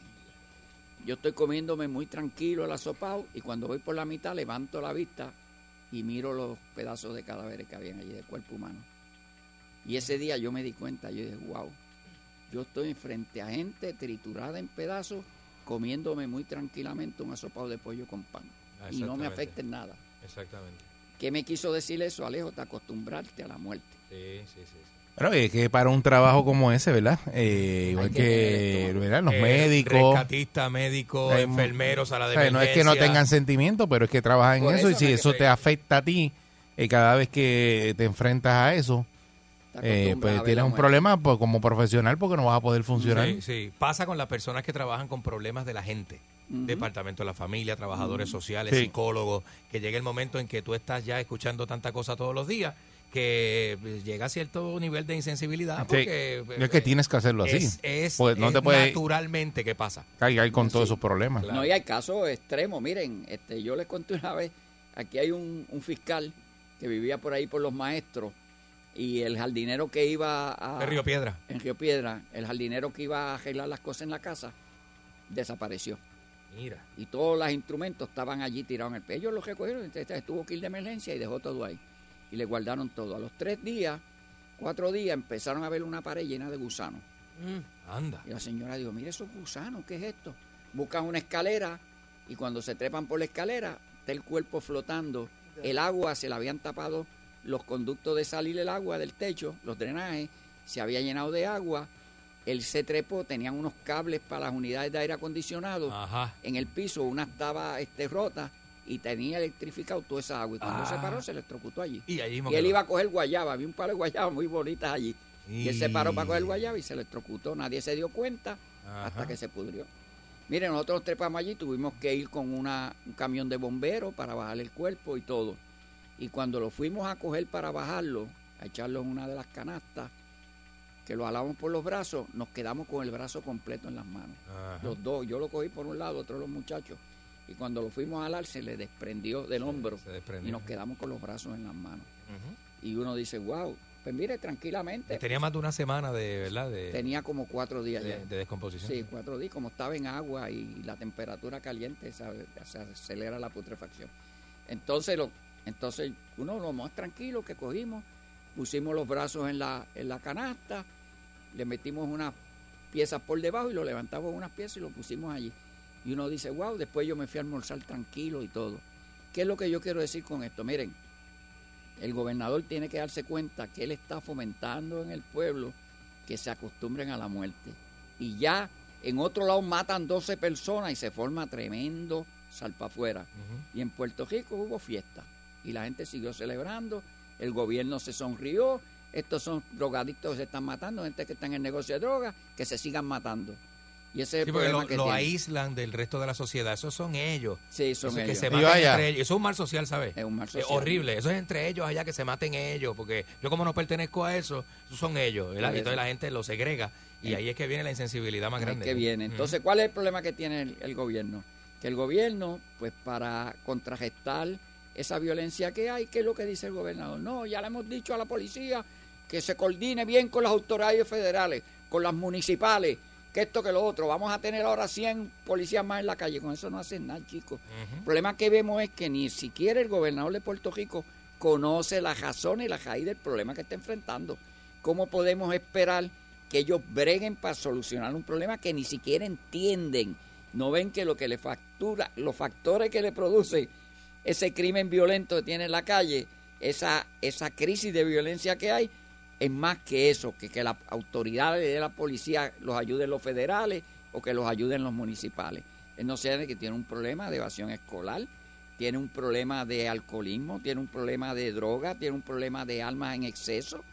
Yo estoy comiéndome muy tranquilo el asopao y cuando voy por la mitad levanto la vista y miro los pedazos de cadáveres que habían allí de cuerpo humano. Y ese día yo me di cuenta, yo dije, wow, yo estoy frente a gente triturada en pedazos comiéndome muy tranquilamente un asopado de pollo con pan.
Ah,
Y no me
exactamente.
afecta en nada.
Exactamente.
¿Qué me quiso decir eso, Alejo? Te acostumbrarte a la muerte.
Sí, sí, sí. sí.
Bueno, es que para un trabajo como ese, ¿verdad? Eh, igual
que
que, ¿verdad? los
Eh,
médicos.
Rescatista, médico,
Hay mu-
enfermero, sala de
o sea, no es que no
emergencia.
tengan sentimiento, pero es que trabajan en
Por
eso,
eso
y si
no es que
eso
se-
te afecta a ti eh, cada vez que te enfrentas a eso, eh,
acostumbras a
pues
ver
tienes
la
un
muerte.
problema pues, como profesional porque no vas a poder funcionar.
Sí, sí. Pasa con las personas que trabajan con problemas de la gente. Departamento de la familia, trabajadores
Ujú.
sociales,
Sí.
psicólogos, que llega el momento en que tú estás ya escuchando tanta cosa todos los días que eh, llega a cierto nivel de insensibilidad.
Sí.
Porque, eh,
Es que tienes que hacerlo así.
Es, es-
Pues no
es
te puede-
naturalmente que pasa.
Cargar con todos esos problemas.
No, y hay casos extremos. Miren, este, yo les conté una vez, aquí hay un, un fiscal que vivía por ahí por los maestros y el jardinero que iba a...
De Río Piedra.
En Río Piedra, el jardinero que iba a arreglar las cosas en la casa, desapareció.
Mira.
Y todos los instrumentos estaban allí tirados en el pecho. Ellos los recogieron, entonces estuvo que ir de emergencia y dejó todo ahí. Y le guardaron todo. A los tres días, cuatro días, empezaron a ver una pared llena de gusanos.
Mm. Anda.
Y la señora dijo, mire esos gusanos, ¿qué es esto? Buscan una escalera y cuando se trepan por la escalera está el cuerpo flotando. El agua se la habían tapado los conductos de salir el agua del techo, los drenajes, se había llenado de agua. Él se trepó, tenían unos cables para las unidades de aire acondicionado
Ajá.
en el piso, una estaba este, rota y tenía electrificado toda esa agua. Y cuando
Ah.
se paró, se electrocutó allí.
Y ahí mismo
él
quedó.
iba a coger guayaba, había un palo de guayaba muy bonitas allí. Y él se paró para coger guayaba y se electrocutó. Nadie se dio cuenta hasta que se pudrió. Miren, nosotros trepamos allí, tuvimos que ir con una, un camión de bomberos para bajar el cuerpo y todo. Y cuando lo fuimos a coger para bajarlo, a echarlo en una de las canastas, que lo jalamos por los brazos, nos quedamos con el brazo completo en las manos. Los dos, yo lo cogí por un lado, otro los muchachos. Y cuando lo fuimos a jalar, se le desprendió del hombro.
desprendió.
Y nos quedamos con los brazos en las manos. Y uno dice, wow, pues mire, tranquilamente.
Tenía más de una semana de, ¿verdad? De,
Tenía como cuatro días ya.
de, de descomposición.
Sí, cuatro días. Como estaba en agua y la temperatura caliente, ¿sabe? se acelera la putrefacción. Entonces, lo, entonces uno lo más tranquilo que cogimos, pusimos los brazos en la, en la canasta, le metimos unas piezas por debajo y lo levantamos con unas piezas y lo pusimos allí. Y uno dice, wow, después yo me fui a almorzar tranquilo y todo. ¿Qué es lo que yo quiero decir con esto? Miren, el gobernador tiene que darse cuenta que él está fomentando en el pueblo que se acostumbren a la muerte. Y ya en otro lado matan 12 personas y se forma tremendo salpafuera. Y en Puerto Rico hubo fiesta y la gente siguió celebrando, el gobierno se sonrió, estos son drogadictos que se están matando, gente que está en el negocio de drogas, que se sigan matando. Y ese es
Sí,
el
porque
problema
lo,
que
lo
tiene.
aíslan del resto de la sociedad. Esos son ellos.
Sí, son
Esos que
ellos.
se
Y
matan
vaya.
entre ellos. Eso es un mal social, ¿sabes?
Es un mal social.
horrible. Eso es entre ellos allá que se maten ellos. Porque yo, como no pertenezco a eso, esos son ellos. ¿verdad?
Por
Y entonces
eso.
la gente los segrega. Y
Eh.
ahí es que viene la insensibilidad más
Ahí
grande.
que viene. Entonces, ¿cuál es el problema que tiene el, el gobierno? Que el gobierno, pues para contrarrestar esa violencia que hay, ¿qué es lo que dice el gobernador? No, ya le hemos dicho a la policía que se coordine bien con las autoridades federales, con las municipales, que esto, que lo otro. Vamos a tener ahora 100 policías más en la calle. Con eso no hacen nada, chicos. El problema que vemos es que ni siquiera el gobernador de Puerto Rico conoce la razón y la raíz del problema que está enfrentando. ¿Cómo podemos esperar que ellos breguen para solucionar un problema que ni siquiera entienden? No ven que lo que le factura, los factores que le produce ese crimen violento que tiene en la calle, esa, esa crisis de violencia que hay, es más que eso, que, que las autoridades de la policía los ayuden los federales o que los ayuden los municipales. Él no sabe que tiene un problema de evasión escolar, tiene un problema de alcoholismo, tiene un problema de droga, tiene un problema de armas en exceso,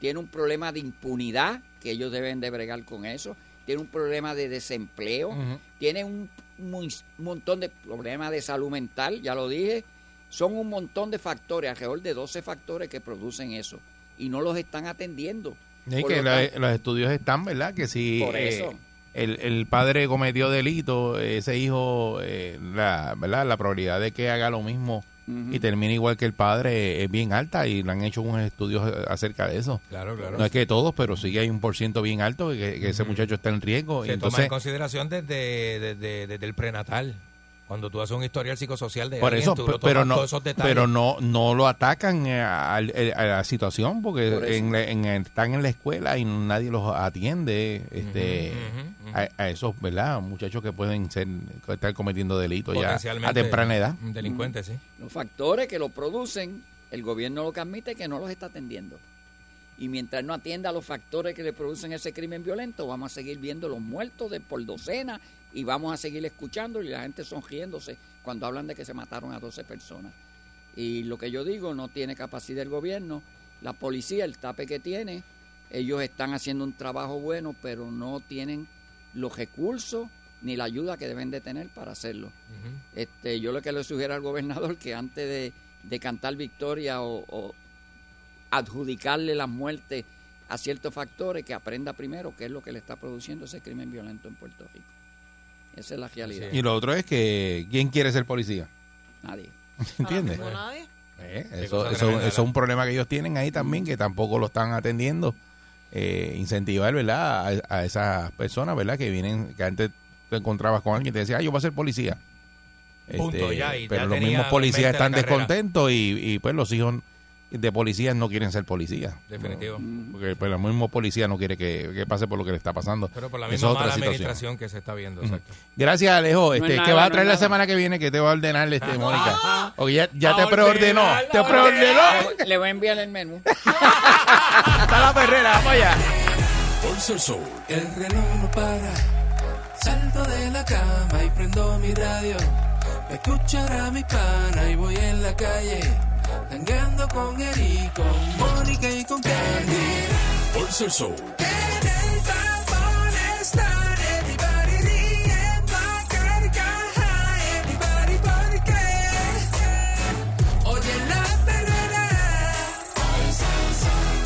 tiene un problema de impunidad, que ellos deben de bregar con eso, tiene un problema de desempleo,
Ujú.
tiene un, mu- montón de problemas de salud mental, ya lo dije, son un montón de factores, alrededor de 12 factores que producen eso, y no los están atendiendo.
Es
Por
que
lo
la-
tanto-
los estudios están, ¿verdad? Que si
Por
eh,
eso.
el, el padre cometió delito, ese hijo, eh, la, ¿verdad? La probabilidad de que haga lo mismo
Ujú.
y termine igual que el padre es bien alta y le han hecho unos estudios eh, acerca de eso.
Claro, claro.
No es que todos, pero sí hay un por ciento bien alto que, que ese muchacho está en riesgo. y
Se toma
entonces,
en consideración desde, desde, desde el prenatal. Cuando tú haces un historial psicosocial de
por
alguien,
eso,
tú
pe-
lo tomas
pero no,
todos esos detalles.
pero no, no lo atacan eh, al- eh, a, la situación porque
Por eso.
en la- en el- están en la escuela y nadie los atiende, este, A, a esos, ¿verdad? Muchachos que pueden ser, estar cometiendo delitos ya a
Potencialmente
temprana edad.
Delincuentes, sí.
Los factores que lo producen, el gobierno lo que admite que no los está atendiendo. Y mientras no atienda los factores que le producen ese crimen violento, vamos a seguir viendo los muertos de por docena y vamos a seguir escuchando y la gente sonriéndose cuando hablan de que se mataron a 12 personas. Y lo que yo digo, no tiene capacidad el gobierno, la policía, el tape que tiene, ellos están haciendo un trabajo bueno, pero no tienen los recursos ni la ayuda que deben de tener para hacerlo. Este, yo lo que le sugiero al gobernador que antes de, de cantar victoria o, o adjudicarle las muertes a ciertos factores, que aprenda primero qué es lo que le está produciendo ese crimen violento en Puerto Rico. Esa es la realidad.
Y lo otro es que, ¿quién quiere ser policía?
Nadie.
¿Entiendes?
Ahora mismo nadie.
Eh,
Qué
eso,
cosa
eso-
tremenda,
eso es un problema que ellos tienen ahí también, que tampoco lo están atendiendo. Eh, incentivar, ¿verdad? A, a esas personas, ¿verdad? Que vienen, que antes te encontrabas con alguien y te decía, ah, yo voy a ser policía. Este,
Punto, ya, y ya
pero los
tenía
mismos
en
policías
mente la
están
carrera.
descontentos y, y, pues los hijos de policías no quieren ser policías.
Definitivo.
Porque pues, el mismo policía no quiere que, que pase por lo que le está pasando.
Pero por la
Eso
misma
es otra
mala
situación.
administración que se está viendo. exacto.
Gracias, Alejo. Este,
es
¿Qué vas
nada,
a traer
no
la
es
semana que viene? Que te va a ordenar, este, Mónica. Porque ya, ya
A
te preordenó.
ordenar,
Te
a
preordenó.
ordenar. Le voy a enviar el menú.
Está la perrera, vamos allá.
Pulso el sol. El reloj no para. Salto de la cama y prendo mi radio. Me escuchará mi pana y voy en la calle. Tangando con Eric, con Mónica y con Candy. Pulso el sol. En el tapón están everybody riendo a carcaja. Everybody porque. Oye la perrera. Pulso el sol.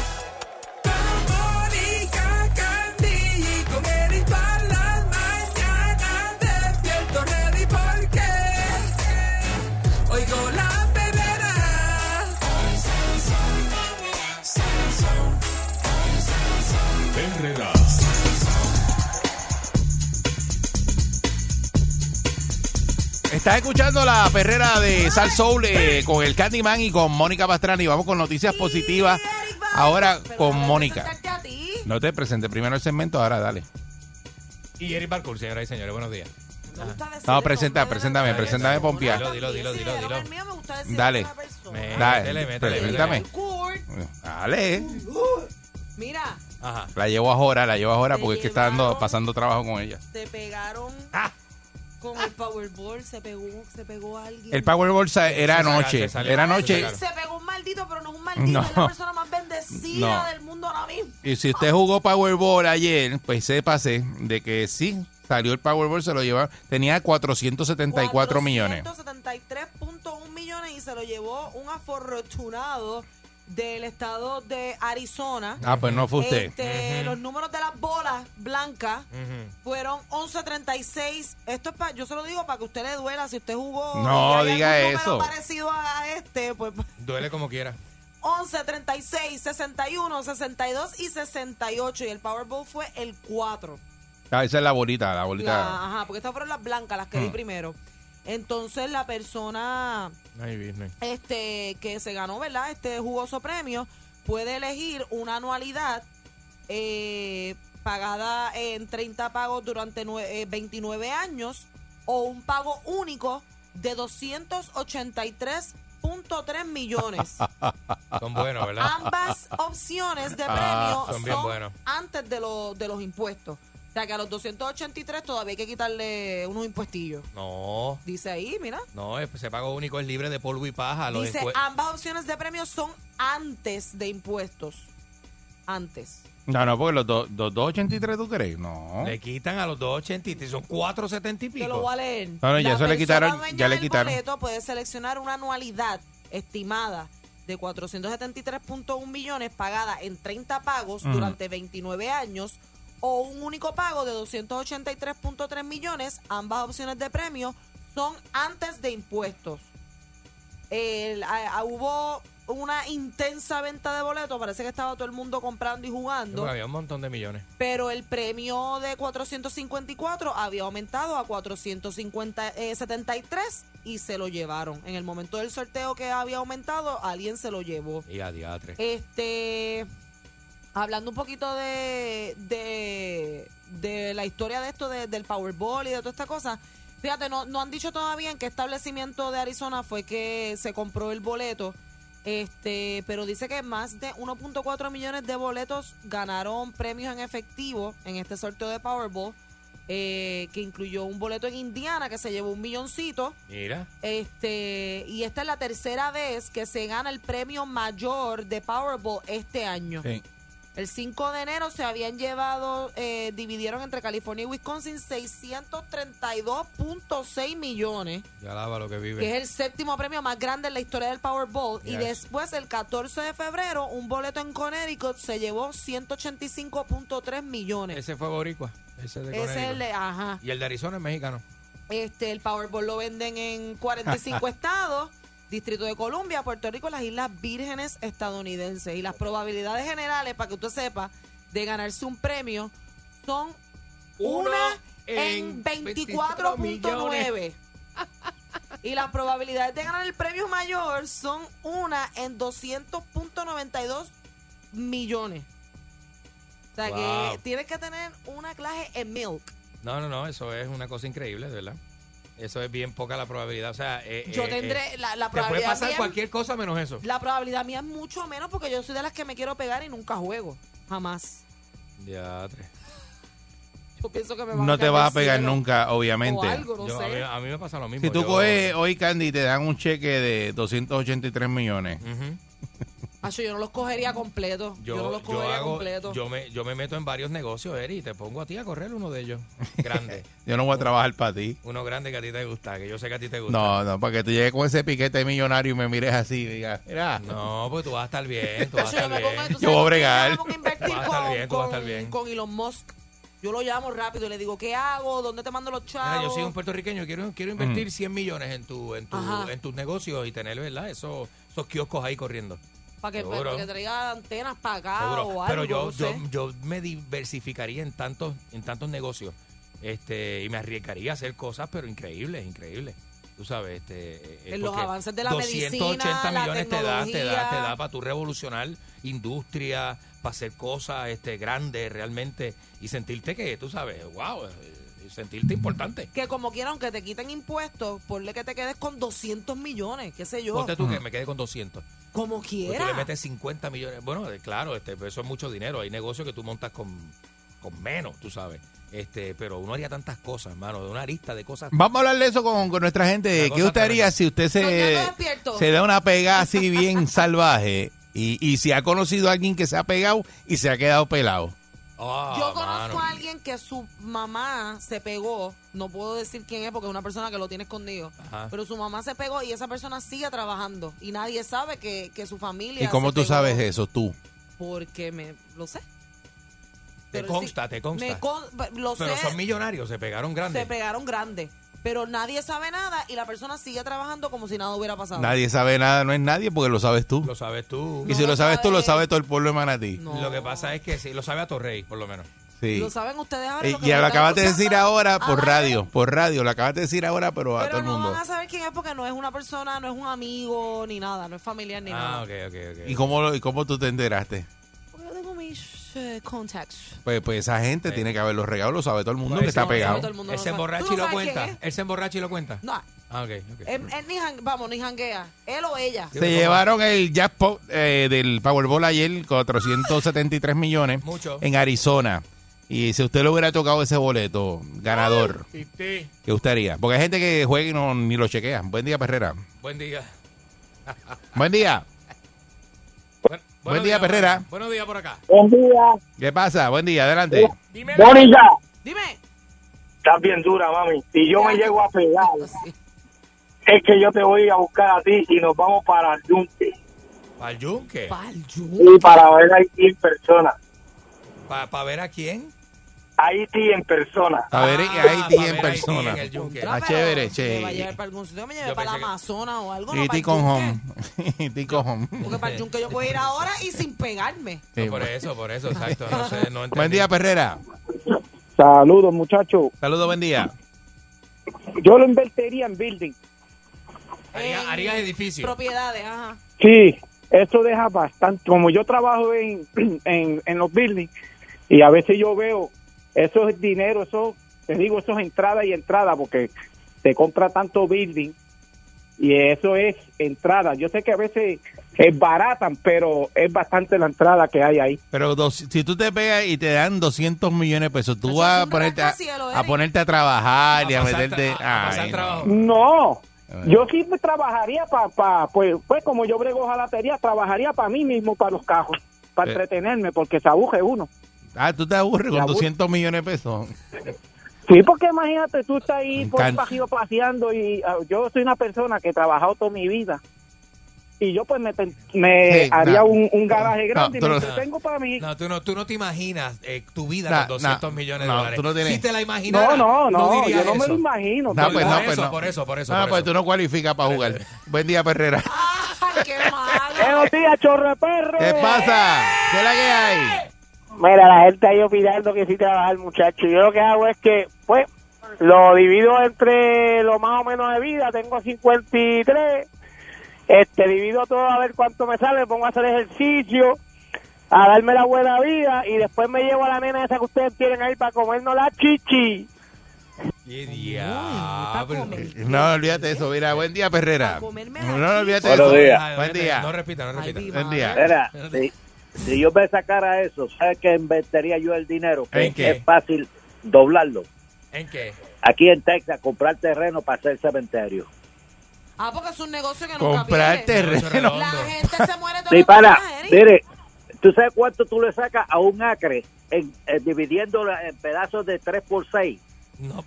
Mónica Candy y con Eric todas las mañanas despierto ready porque oigo la bebera.
Perrera.
Estás escuchando la perrera de Sal Soul eh, con el Candyman y con Mónica Pastrani. Vamos con noticias positivas. Ahora con Mónica. No te presenté primero el segmento, ahora dale.
Y Eric Barcourt, señoras y señores, buenos días.
No, presenta, preséntame, preséntame, Pompia.
Dilo, dilo, dilo, dilo, dilo.
Dale.
Métele,
Dale,
métele,
preséntame.
métele.
Dale.
Mira,
Ajá.
La llevo a Jora, la llevo a Jora porque es que está dando, pasando trabajo con ella.
te pegaron
Ah.
con el Powerball, se pegó, se pegó alguien.
El Powerball sa- era
Se saca-
anoche,
se salió,
era
se
anoche.
Se pegó un maldito, pero no es un maldito,
No.
es la persona más bendecida
No.
del mundo ahora mismo.
Y si usted jugó Powerball ayer, pues sépase de que sí, salió el Powerball, se lo llevaron. Tenía 474 millones.
473.1 millones y se lo llevó un afortunado del estado de Arizona.
Ah, pues no fue usted.
Este,
Ujú.
Los números de las bolas blancas fueron 11.36. Esto es para, yo se lo digo para que usted le duela si usted jugó.
No,
y hay
diga
algún número
eso.
parecido a este, pues
Duele como quiera.
11, 36, 61, 62 y 68. Y el Powerball fue el 4.
Ah, esa es la bolita, la bolita.
La- ajá, porque estas fueron las blancas, las que di
Mm.
primero. Entonces la persona
Ay, business.
este que se ganó, ¿verdad? Este jugoso premio puede elegir una anualidad eh, pagada en 30 pagos durante nue- eh, 29 años o un pago único de 283.3 millones.
Son buenos, ¿verdad?
Ambas opciones de premio
Ah,
son,
son bien buenos.
antes de, los de los impuestos. O sea que a los 283 todavía hay que quitarle unos impuestillos.
No,
Dice ahí, mira.
no, eh, ese pago único es libre de polvo y paja. Los
Dice,
encu-
ambas opciones de premio son antes de impuestos. Antes.
No, no, porque los do- dos- 283, ¿tú crees? No.
Le quitan a los 2.83, son 4.70 y
Te lo
pico.
voy a leer.
No, no, ya
La
se le
persona
quitaron,
dueña
ya le
del
quitaron.
boleto puede seleccionar una anualidad estimada de 473.1 millones pagada en 30 pagos
Ujú.
durante 29 años o un único pago de 283.3 millones. Ambas opciones de premio son antes de impuestos. El- a- a- hubo una intensa venta de boletos, parece que estaba todo el mundo comprando y
Sí,
jugando
porque Había un montón de millones.
pero el premio de 454 había aumentado a 473 y se lo llevaron. En el momento del sorteo que había aumentado, alguien se lo llevó.
Y a diatre.
Este, hablando un poquito de, de, de la historia de esto, de- del Powerball y de toda esta cosa, fíjate, no, no han dicho todavía en qué establecimiento de Arizona fue que se compró el boleto. Este, pero dice que más de 1.4 millones de boletos ganaron premios en efectivo en este sorteo de Powerball, eh, que incluyó un boleto en Indiana que se llevó un milloncito.
Mira.
Este, y esta es la tercera vez que se gana el premio mayor de Powerball este año. El 5 de enero se habían llevado, eh, dividieron entre California y Wisconsin 632.6 millones,
Ya alaba lo que vive.
que es el séptimo premio más grande en la historia del Powerball. Y
Yes.
después, el 14 de febrero, un boleto en Connecticut se llevó 185.3 millones.
Ese fue Boricua. Ese de
Ese es el de, ajá.
Y el de Arizona es mexicano.
Este, el Powerball lo venden en 45 estados, Distrito de Colombia, Puerto Rico, las Islas Vírgenes estadounidenses. Y las probabilidades generales, para que usted sepa, de ganarse un premio son una en 24.9. Y las probabilidades de ganar el premio mayor son una en 200.92 millones. O sea que
Wow.
tienes que tener una clase en milk.
No, no, no, eso es una cosa increíble, de verdad. Eso es bien poca la probabilidad. O sea, eh,
Yo
eh,
tendré
eh,
la- la
te puede
probabilidad
pasar
mía-
cualquier cosa menos eso.
La probabilidad mía es mucho menos porque yo soy de las que me quiero pegar y nunca juego. Jamás.
Ya,
Yo pienso que me van
No
a
te
caer
vas a
del
pegar
cielo.
nunca, obviamente.
O algo, no
Yo- a,
sé.
mí, a mí me pasa lo mismo.
Si tú
Yo-
coges hoy Candy y te dan un cheque de 283 millones,
Acho, yo no los cogería completo. Yo,
Yo,
no los
yo
cogería
hago-
completo.
yo me, yo me meto en varios negocios, Eri, y te pongo a ti a correr uno de ellos. Grande.
yo no voy a trabajar para ti.
uno grande que a ti te gusta, que yo sé que a ti te gusta.
No, no, para que tú llegues con ese piquete millonario y me mires así y digas, mira,
No, pues tú vas a estar bien, tú vas a estar bien.
yo voy a bregar.
Tú vas a estar bien, tú vas a estar bien.
Con Elon Musk. Yo lo llamo rápido y le digo, ¿qué hago? ¿Dónde te mando los
Mira,
chavos?
yo soy un puertorriqueño, quiero, quiero invertir 100 millones en tu, en tu,
Ajá.
en tus negocios y tener, ¿verdad? Esos, esos kioscos ahí corriendo.
Para que,
Seguro.
para que traiga antenas para acá
Seguro.
o algo.
Pero yo,
no
yo,
sé.
yo me diversificaría en tantos, en tantos negocios, este, y me arriesgaría a hacer cosas, pero increíbles, increíbles. Tú sabes, este, eh,
En los
porque
avances de la medicina, la
millones te da, te da, te
tecnología.
da para tu revolucionar industria, para hacer cosas, este, grandes realmente y sentirte que, tú sabes, wow, eh, sentirte importante.
Que como quiera, aunque te quiten impuestos, ponle que te quedes con 200 millones, qué sé yo.
Ponte tú que me quedé con 200.
Como
Porque tú le
quiera.
metes 50 millones. Bueno, eh, claro, este, pero eso es mucho dinero. Hay negocios que tú montas con, con menos, tú sabes. Este, pero uno haría tantas cosas, hermano, de una lista de cosas.
Vamos a hablar de eso con, con nuestra gente. ¿Qué usted haría si usted se, se da una pegada así bien salvaje y, y si ha conocido a alguien que se ha pegado y se ha quedado pelado?
Ah,
Yo conozco
mano.
a alguien que su mamá se pegó, no puedo decir quién es porque es una persona que lo tiene escondido,
Ajá.
pero su mamá se pegó y esa persona sigue trabajando y nadie sabe que, que su familia...
¿Y cómo
se
tú
pegó
sabes eso, tú?
Porque me... lo sé.
Te
Pero
consta,
sí,
te consta.
me con- lo
pero
sé.
son millonarios, se pegaron
Se
grandes.
pegaron grandes, pero nadie sabe nada y la persona sigue trabajando como si nada hubiera pasado.
Nadie sabe nada, no es nadie porque lo sabes tú. Lo
sabes tú.
Y si lo sabes tú, lo sabe todo el pueblo de Manatí.
Lo que pasa es que sí, lo sabe a Torrey, por lo menos.
Sí.
Lo saben ustedes ahora.
Eh,
lo que
y
me
lo
están
acabas de
escuchando.
decir ahora por
Ajá.
radio, por radio, lo acabas de decir ahora, pero a todo
Pero
el
no
mundo.
van a saber quién es porque no es una persona, no es un amigo, ni nada, no es familiar, ni nada.
Ah, ok, ok, ok.
¿Y cómo, lo- y cómo tú te enteraste?
Porque yo tengo mis eh, contacts.
Pues, pues esa gente tiene que haberlo regado, lo sabe todo el mundo
Pues
que
ese-
está pegado.
todo el mundo
Él
lo
se
sabe.
emborracha
¿Tú no
y lo
sabes quién
cuenta. Él se emborracha y lo cuenta.
No,
Ah, ok, ok.
él, él Em, eh, ni jan- vamos, ni janguea. Él o ella.
Se llevaron el jackpot eh, del Powerball ayer, 473 millones,
Mucho.
en Arizona. Y si usted le hubiera tocado ese boleto ganador,
Titi,
¿qué usted haría? Porque hay gente que juega y no, ni lo chequea. Buen día, Perrera.
Buen día.
Buen día. Buen
Buenos
día,
por
Perrera.
acá. Buenos días por acá.
Buen día. ¿Qué pasa? Buen día, adelante.
Mónica.
Dime.
Estás bien dura, mami. Si yo me llego a pegar, es que yo te voy a buscar a ti y nos vamos para el yunque.
¿Para el yunque? ¿Para
Y para ver a Haití en persona.
ver a quién?
Haití en persona.
A ver,
Ah,
ahí
para
en
ver
persona.
Haití en el yunque.
Ah, chévere,
Me va a llevar
che.
para algún sitio, me lleve para la Amazonas o algo.
Y
no, para el
con
yunque.
home. Y tico home.
Porque para el yunque yo puedo ir ahora y sin pegarme.
Sí,
No, por eso, por eso, exacto. No sé, no
Buen día, Perrera.
Saludos, muchachos.
Saludos, buen día.
Yo lo invertiría en building.
Haría, haría edificio.
Propiedades, ajá.
Sí, eso deja bastante. Como yo trabajo en, en, en los buildings y a veces yo veo eso es dinero, eso, te digo, eso es entrada y entrada porque se compra tanto building y eso es entrada. Yo sé que a veces es baratan, pero es bastante la entrada que hay ahí.
Pero dos- si tú te pegas y te dan 200 millones de pesos, tú vas a ponerte a,
rascacielos,
a ponerte a trabajar y a
pasar
meterte... ay, no. Ah,
No, yo sí trabajaría para, pues, pues como yo brego jalatería, trabajaría para mí mismo, para los cajos, para
Eh.
entretenerme, porque se aburre uno.
Ah, tú te
Me
aburres con
aburre.
200 millones de pesos.
Sí, porque imagínate, tú estás ahí por
encanta.
pasillo paseando y ah, yo soy una persona que he trabajado toda mi vida. Y yo pues me, ten- me
Sí,
haría
no.
un, un garaje
No,
grande
tú
y me
no-
entretengo para mí.
No, tú no, tú no te imaginas eh, tu vida
Nah,
con 200
nah,
millones de
no,
dólares.
tú no tienes-
Si te la imaginas,
No, no, no,
dirías
yo no me
eso.
lo imagino.
No,
pero-
pues
por
no,
eso,
pues no.
por eso, por eso,
Ah,
por
pues
eso.
tú no cualificas para jugar. Buen día, Perrera.
Buenos días, chorro de perro.
¿Qué pasa? ¿Qué es la que hay?
Mira, la gente ahí opinando que sí trabaja el muchacho. Yo lo que hago es que, pues,
lo divido entre lo más o menos de vida, tengo 53, este, divido todo a ver cuánto me sale, me pongo a hacer ejercicio, a darme la buena vida y después me llevo a la nena esa que ustedes tienen ahí para comernos la chichi.
¡Qué diablo!
No, olvídate de eso. Mira, buen día, Perrera. No, no olvídate de
Buenos
eso.
días.
Buen día.
No repita, no repita.
Buen día.
Mira, si, si yo me sacara eso, ¿sabes que invertiría yo el dinero? Que
¿En qué?
Es fácil doblarlo.
¿En qué?
Aquí en Texas, comprar terreno para hacer cementerio.
Ah, porque es un negocio que nunca
Comprar
pierde.
terreno.
La gente se muere
Sí,
todo
para, mire, ¿tú sabes cuánto tú le sacas a un acre en, en dividiéndolo en pedazos de 3 por 6?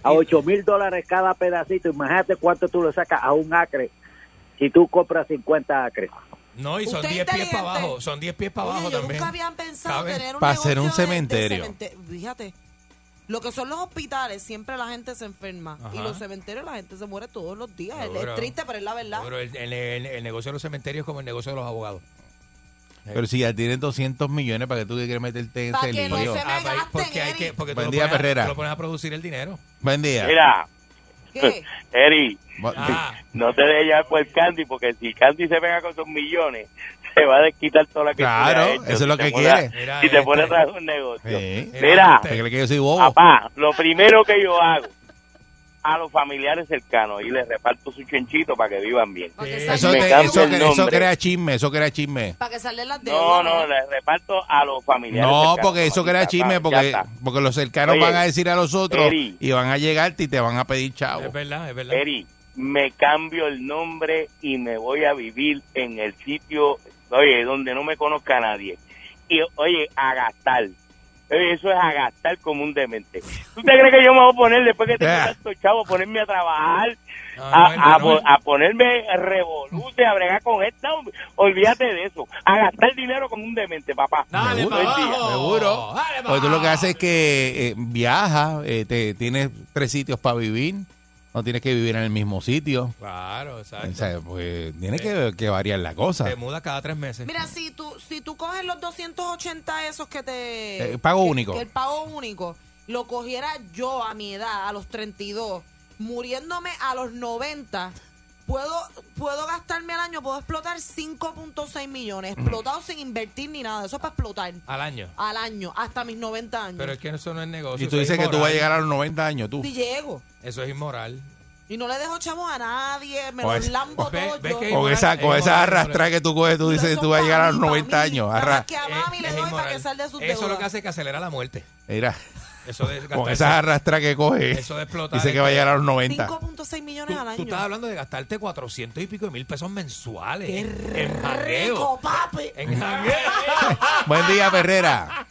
a 8 mil dólares cada pedacito. Imagínate cuánto tú le sacas a un acre si tú compras 50 acres.
No, y son 10 pies para abajo. Son 10 pies para abajo también.
Nunca habían pensado
¿Sabe?
tener un
Para hacer
negocio
un
de- de
cementerio.
cemente- Fíjate, lo que son los hospitales, siempre la gente se enferma.
Ajá.
Y los cementerios, la gente se muere todos los días. Es-
Seguro.
Es triste, pero es la verdad.
Pero el, el- el- el negocio de los cementerios es como el negocio de los abogados.
Pero si ya tienen 200 millones, ¿para que tú quieres meterte en
Pa'
ese
que no
lío?
se me Ah, pa- gasten, porque hay que- Eric. porque tú
Buen
lo
día,
pones a-
Perrera.
tú lo pones a producir el dinero.
Buen día.
Mira,
¿Qué?
Eri,
Ah.
no te dejes llevar por Candy, porque si Candy se pega con sus millones, se va a desquitar toda la que tú le has
Claro,
hecho.
eso es
Si
lo
te
que
pone a-
quiere. Mira
Si te
este.
pones atrás de un negocio.
Sí.
Mira.
¿Te crees que yo soy bobo?
Papá, lo primero que yo hago a los familiares cercanos y les reparto su chenchito para que vivan bien.
Eso,
Me
te-
cambio
eso
el
cre- eso
nombre.
crea chisme, eso crea chisme.
Para que salen las deudas.
No, no, les reparto a los familiares
No,
cercanos,
porque eso crea
mamita,
chisme,
ya
porque,
está.
porque los cercanos
Oye,
van a decir a los otros
Eri.
y van a llegarte y te van a pedir chavo.
Es verdad, es verdad.
Eri, me cambio el nombre y me voy a vivir en el sitio, oye, donde no me conozca nadie. Y, oye, a gastar. Oye, eso es a gastar como un demente. ¿Tú te crees que yo me voy a poner después que tengo
Ah.
tanto chavo, ponerme a trabajar, a,
no,
a
no, no.
po- a ponerme revoluce, a bregar con esta? Olvídate de eso. A gastar dinero como un demente, papá.
Dale,
Todo el día.
Seguro. Porque tú lo que haces es que eh, viajas, eh, te, tienes tres sitios para vivir, no tienes que vivir en el mismo sitio.
Claro, exacto.
O sea, pues tienes que, que variar la cosa.
Te mudas cada tres meses.
Mira, si tú, si tú coges los 280 esos que te...
Eh, pago
que-
único.
que el pago único lo cogiera yo a mi edad, a los 32, muriéndome a los 90, puedo, puedo gastarme al año, puedo explotar 5.6 millones, explotado sin invertir ni nada, eso es para explotar
Al año.
al año, hasta mis 90 años.
Pero es que eso no es negocio.
Y tú
eso
dices
es
que tú vas
inmoral.
a llegar a los 90 años, tú.
si llego
Eso es inmoral.
y no le dejo chavo a nadie, me
Con
los
esa-
Pues
lambo todo yo.
Con esa, con esa arrastrada que tú coges, tú dices que tú vas a llegar a los 90 años. arra-
Que a mami le
Es
doy para
inmoral.
que salga de sus
Eso es lo
deudas.
que hace que acelera la muerte.
Mira,
Eso de
con
gastarse-
esas arrastras que coges,
Eso de explotar. este
dice que va a llegar a los 90.
5.6 millones al
Tú
año.
estás hablando de gastarte 400 y pico de mil pesos mensuales. en jangueo. En jangueo.
Buen día, Ferrera.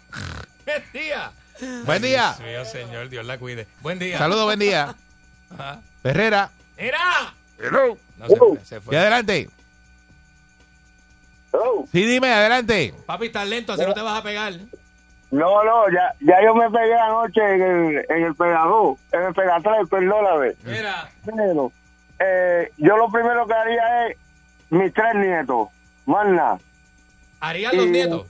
Buen día.
Buen día.
Dios mío, señor, Dios la cuide. Buen día.
Saludos, buen día.
Ajá.
Ferrera.
¡Mira!
Hello.
No, se fue, se fue.
Y adelante. Sí, dime, adelante.
Papi, estás lento, así no te vas a pegar.
No, no, ya, ya yo me pegué anoche en el, en el Pegadú, en el Pegatrés, perdóname.
Mira.
Pero, eh, yo lo primero que haría es mis tres nietos, más nada.
¿Harían los
Y-
nietos?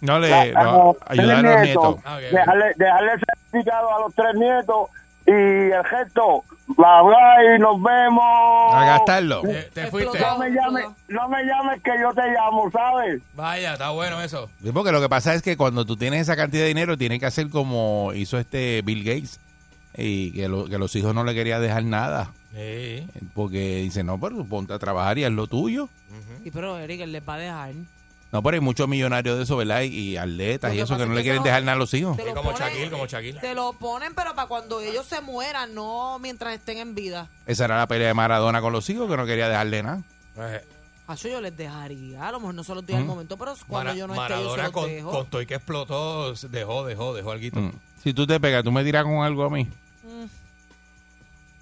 No le
Ah,
no,
ah,
ayudar a
tres
los nietos.
Dejarle, dejarle el certificado a los tres nietos y el gesto, bla, bla, y nos vemos.
A gastarlo.
Eh, Te fuiste.
No me llames, no me llames que yo te llamo, ¿sabes?
Vaya, está bueno eso.
Sí, porque lo que pasa es que cuando tú tienes esa cantidad de dinero, tienes que hacer como hizo este Bill Gates, y que, lo- que los hijos no le quería dejar nada.
Sí.
Porque dice, no, pero tú ponte a trabajar y haz lo tuyo.
Sí, pero Eric, él les va a dejar.
No, pero hay muchos millonarios de eso, ¿verdad? Y, y atletas y eso, que no le quieren dejar nada a los hijos.
Y como Shaquille, como Shaquille.
Te lo ponen, pero para cuando ellos se mueran, no mientras estén en vida.
Esa era la pelea de Maradona con los hijos, que no quería dejarle nada.
Eso yo les dejaría. A lo mejor no se los doy al
Mm.
momento, pero cuando
Mara-
yo no esté, yo se
Maradona
los
con,
dejo.
con todo y que explotó, dejó, dejó, dejó algo.
Mm. Si tú te pegas, tú me tiras con algo a mí.
Mm.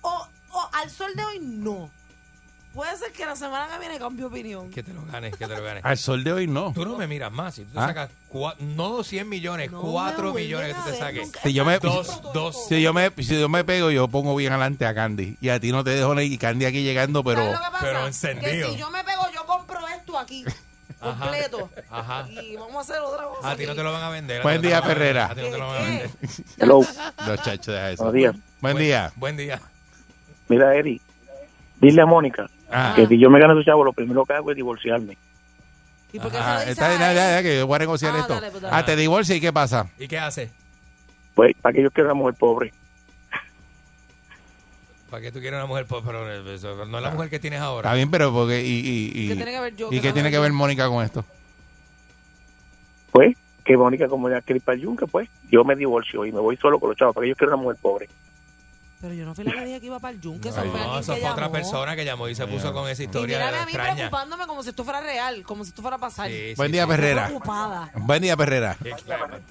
O, o al sol de hoy, no. Puede ser que la semana que viene cambie opinión.
Que te lo ganes, que te lo ganes.
Al sol de hoy no.
Tú no me miras más. Si tú te
Ah.
sacas cua- no 100 millones,
No
4
me
millones que tú te
vuelven a
saques.
Si yo me,
dos, dos.
Si yo me, si yo me pego, yo pongo bien adelante a Candy. Y a ti no te dejo ni Candy aquí llegando, pero,
¿Sabes lo que pasa?
pero
Que si yo me pego, yo compro esto aquí.
Ajá.
completo.
Ajá. Ah,
Y vamos a hacer otra cosa.
A ti no
aquí.
te lo van a vender. a
Buen
ti no
día,
te lo van a-
Ferrera.
A ti no te lo van a vender.
Hello. No, chacho, deja eso.
Buenos días.
Buen día.
Buen día.
Mira, Eri, dile a Mónica
Ah.
que si yo me gano su chavo, lo primero que hago es divorciarme.
Ajá, está bien, ya, ya, ya, que yo voy a negociar esto.
pues,
Ah, te divorcias y qué pasa.
¿Y qué hace?
Pues, para que yo quiera una mujer pobre.
¿Para qué tú quieres una mujer? Pues, Pero eh, eso, no es
Ah.
la mujer que tienes ahora.
Está bien, pero porque y y y
¿Qué tiene que ver yo?
¿Y
¿Qué
qué tiene que ver Mónica con esto?
Pues, que Mónica, como ya quiere ir para el yunque, pues, yo me divorcio y me voy solo con los chavos, para que yo quiera una mujer pobre.
Pero yo no fui la que dije que iba para el yunque. eso
No,
Ah, fue alguien
eso
que
fue otra
llamó.
persona que llamó y se puso con esa
Y
historia
mírame a mí
extraña.
preocupándome como si esto fuera real, como si esto fuera a pasar.
Buen día, Perrera.
Preocupada.
Buen día, Perrera.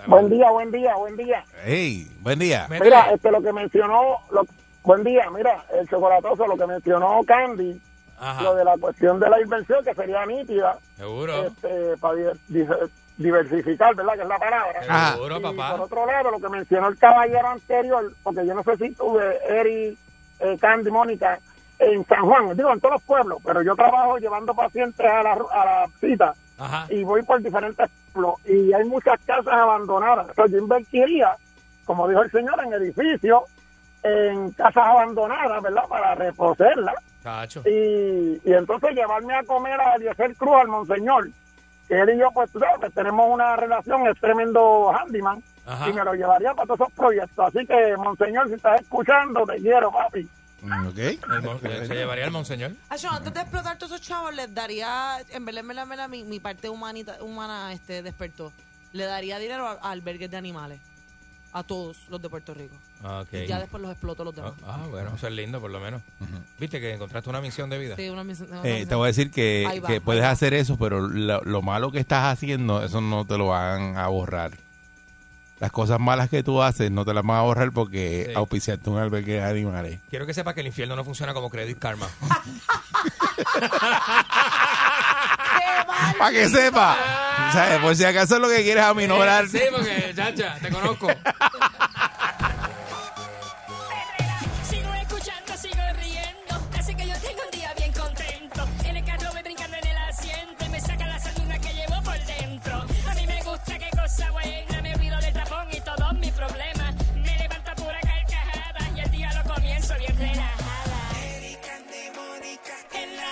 Buen día, buen día, buen día.
Hey, buen día.
Mira, este, lo que mencionó, lo- buen día, mira, el chocolatoso, lo que mencionó Candy,
Ajá.
lo de la cuestión de la inversión, que sería nítida,
Seguro.
este, para di- di- diversificar, ¿verdad? Que es la palabra.
Seguro,
Y
papá.
por otro lado, lo que mencionó el caballero anterior, porque yo no sé si tuve, Eri, eh, Candy, Mónica, en San Juan, digo, en todos los pueblos, pero yo trabajo llevando pacientes a la, ru- a la cita
Ajá.
y voy por diferentes pueblos y hay muchas casas abandonadas. Entonces, yo invertiría, como dijo el señor, en edificios, en casas abandonadas, ¿verdad? Para reposerlas.
Cacho.
Y, y entonces llevarme a comer a Eliezer Cruz, al monseñor, que él y yo, pues, tú sabes que tenemos una relación, es tremendo handyman,
Ajá.
y me lo llevaría para todos esos proyectos. Así que, monseñor, si estás escuchando, te quiero, papi.
Mm,
El mon- Se llevaría al monseñor.
Acho, antes de explotar todos esos chavos, les daría, en verdad, en verdad, en verdad, mi, mi parte humanita, humana este, despertó. Le daría dinero a, a albergues de animales. A todos los de Puerto Rico.
Ah, ok.
Y ya después los exploto a los demás.
Ah, bueno, eso es lindo por lo menos. Viste que encontraste una misión de vida.
Sí, una misión- una
Eh,
misión.
te voy a decir
Ahí
que,
va,
que
ahí
puedes
va.
hacer eso, pero lo, lo malo que estás haciendo, eso no te lo van a borrar. Las cosas malas que tú haces no te las van a borrar porque
Sí.
auspiciaste un albergue de animales.
Quiero que sepa que el infierno no funciona como Credit Karma.
Para que sepa. O sea, por si acaso es lo que quieres aminorar.
Sí, porque, chacha, te conozco.
Sigo escuchando, sigo riendo. Así que yo tengo un día bien contento. En el carro voy brincando en el asiento. y Me saca la sanduna que llevo por dentro. A mí me gusta qué cosa buena. Me olvido del tapón y todos mis problemas. Me levanta pura carcajada. Y el día lo comienzo bien relajada. Erika de Mónica en la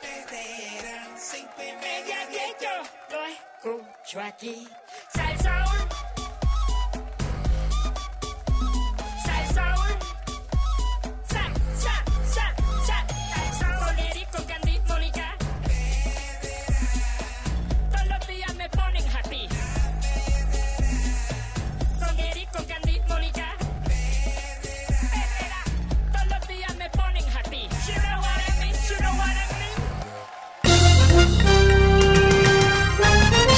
perrera. Sin media diez yo lo escucho aquí. Salsaul, salsaul. Sa, sa, sa, sa. Con Eric, con Candy, Mónica. Todos los días me ponen happy. Con Eric, con Candy, Mónica. Perrera. Todos los días me ponen happy. You know what I mean, you know what I mean.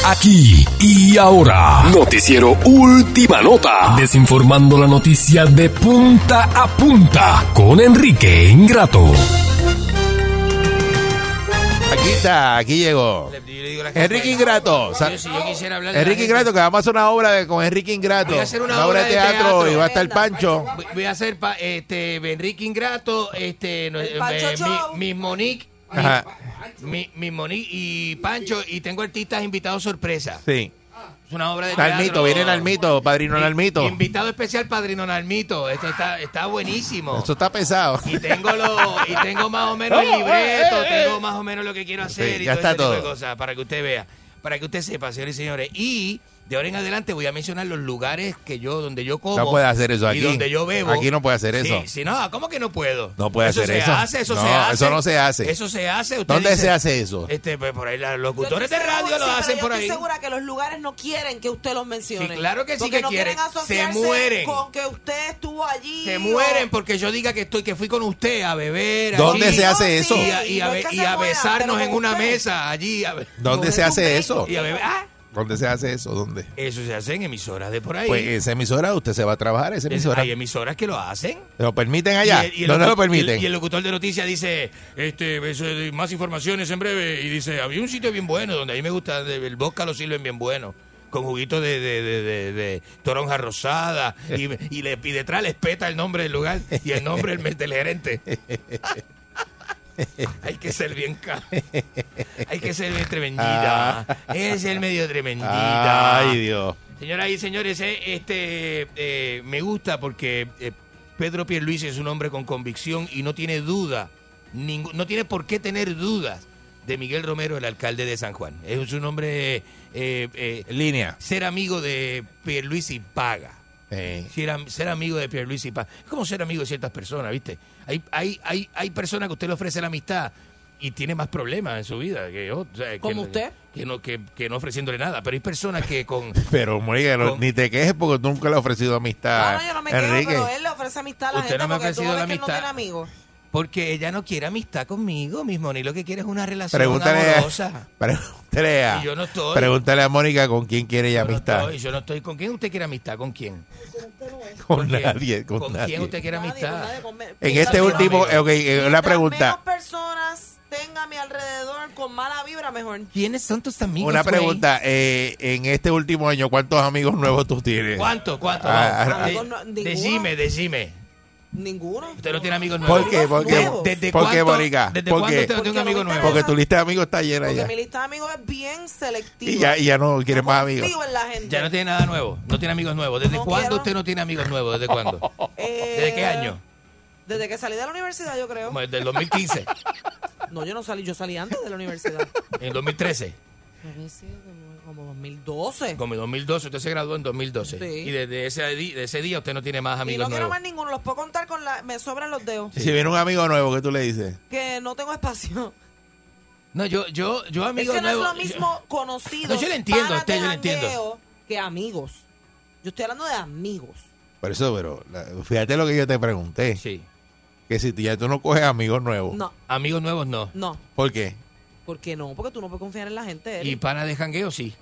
Aquí y ahora, noticiero Última Nota, desinformando la noticia de punta a punta con Enrique Ingrato.
Aquí está, aquí llegó. Enrique Ingrato. sa-
Yo, si yo quisiera hablar de la
Enrique
gente-
Ingrato, que vamos a hacer una obra de- con Enrique Ingrato.
Voy a hacer una obra
de
de
teatro,
teatro.
y va a estar Pancho.
Voy- Voy a hacer pa- este Enrique Ingrato, este no- eh,
Pancho
mi-
Show.
mi Monique,
Ajá,
mi, mi Monique y Pancho y tengo artistas invitados sorpresa.
sí.
Es una obra de
Nalmito,
teatro.
viene Nalmito, padrino Nalmito.
Invitado especial Padrino Nalmito. Esto está está buenísimo.
Eso está pesado.
Oh. Y tengo lo- y tengo más o menos el
eh,
libreto, tengo más o menos lo que quiero hacer
Sí,
y
ya
todo
está
ese tipo de
todo.
cosas para que usted vea, para que usted sepa, señores y señores. Y de ahora en adelante voy a mencionar los lugares que yo donde yo como.
No puede hacer eso aquí.
Y donde yo bebo.
Aquí no puede hacer
Sí,
eso.
Sí, no, ¿cómo que no puedo?
No puede
eso
hacer
se
eso.
Hace, eso
No,
se hace.
eso no se hace.
Eso se hace. Usted
¿Dónde
dice-
se hace eso?
Este, pues por ahí la- los
Yo
locutores de
estoy segura-
radio lo
sí, pero
hacen
yo
por ahí.
Estoy segura que los lugares no quieren que usted los mencione.
Sí, claro que sí
Porque
que
no
quieren. Se
asociarse
mueren.
Con que usted estuvo allí.
Se
o-
mueren porque yo diga que estoy que fui con usted a beber.
¿Dónde
allí,
se hace eso?
Y a, y a
No
be-
es que
y
se
a
muera,
besarnos
pero
en
con
una
usted.
mesa allí. a be-
¿Dónde se hace eso?
Y a beber. Ah,
¿Dónde se hace eso? ¿Dónde?
eso se hace en emisoras de por ahí.
Pues esa emisora, usted se va a trabajar, esa
Es-
emisora.
Hay emisoras que lo hacen.
¿Lo permiten
Y
allá?
el- y el
no, no
locu-
lo permiten.
Y el, y el locutor de noticias dice, este, eso, eh, más informaciones en breve. Y dice, había un sitio bien bueno donde a mí me gusta, de- el vodka lo sirven bien bueno. Con juguito de, de, de, de- de toronja rosada. Y, y le, y detrás le espeta el nombre del lugar y el nombre del, del gerente. Hay que ser bien ca- Hay que ser bien tremendita.
Ah.
Es el medio tremendita.
Ay, Dios.
Señoras y señores, eh, este eh, me gusta porque eh, Pedro Pierluisi es un hombre con convicción y no tiene duda, ningú- no tiene por qué tener dudas de Miguel Romero, el alcalde de San Juan. Es un hombre... eh, eh,
Línea.
Ser amigo de Pierluisi paga. Si era- ser amigo de Pierluisi Paz. Es como ser amigo de ciertas personas, ¿viste? Hay, hay, hay, hay personas que usted le ofrece la amistad y tiene más problemas en su vida que yo. o sea, que-
¿Como usted?
Que no, que, que no ofreciéndole nada. Pero hay personas que con...
Pero, Mónica, no-
Con-
ni te quejes porque tú nunca le has ofrecido amistad.
Ah, No, yo no me quedo,
Enrique.
pero él le ofrece amistad a la
Usted
gente
no me ha
porque tú
ofrecido
ves
la
que él no
amistad. Ah.
tiene amigos.
Porque ella no quiere amistad conmigo, mismo ni lo que quiere es una relación
Pregúntale,
amorosa.
pregúntale a,
Y yo no estoy.
pregúntale a Mónica con quién quiere ella amistad.
No, y yo no estoy con quién usted quiere amistad, con quién.
Con
quién?
nadie, con nadie.
quién usted quiere amistad?
en este último, eh, ok, eh, una pregunta.
Personas, tenga a mi alrededor con mala vibra mejor.
¿Quiénes son tus amigos?
Una
güey?
pregunta, eh, en este último año, ¿cuántos amigos nuevos tú tienes?
¿Cuántos? ¿Cuántos?
Ah,
Vamos.
ah,
De-
no, ninguno.
decime, decime.
Ninguno.
Usted no tiene amigos nuevos.
¿Por qué? ¿Por qué?
Nuevos.
¿Por qué,
¿Desde cuánto-
Mónica?
desde
¿Por
cuándo
qué?
usted no tiene un amigo nuevo?
Porque tu lista de amigos está llena
Porque
ya.
mi lista de amigos es bien selectiva.
Y ya, y ya no quieres más amigos.
Confío en la gente.
Ya no tiene nada nuevo. No tiene amigos nuevos. ¿Desde cuándo usted no tiene amigos nuevos? ¿Desde cuándo?
Eh,
¿Desde qué año?
Desde que salí de la universidad, yo creo.
Como Desde el 2015.
No, yo no salí, yo salí antes de la universidad.
En el 2013.
A veces, como- como 2012.
Como en 2012. Usted se graduó en 2012.
Sí.
Y desde ese, di- de ese día usted no tiene más
Y
amigos
no quiero
nuevos.
más ninguno, los puedo contar con la... Me sobran los dedos.
Si viene un amigo nuevo, ¿qué tú le dices?
Que no tengo espacio.
No, yo, yo, yo amigos
es que no
nuevos.
es lo mismo conocidos.
No, yo le entiendo a
panas de
usted, yo le entiendo.
jangueo, Que amigos. Yo estoy hablando de amigos.
Por eso, pero la- fíjate lo que yo te pregunté.
Sí.
Que si tú- ya tú no coges amigos nuevos.
No,
Amigos nuevos Oh. Ah, no.
no.
¿Por qué?
¿Por qué no? Porque tú no puedes confiar en la gente.
Y
Eric.
panas de jangueo sí.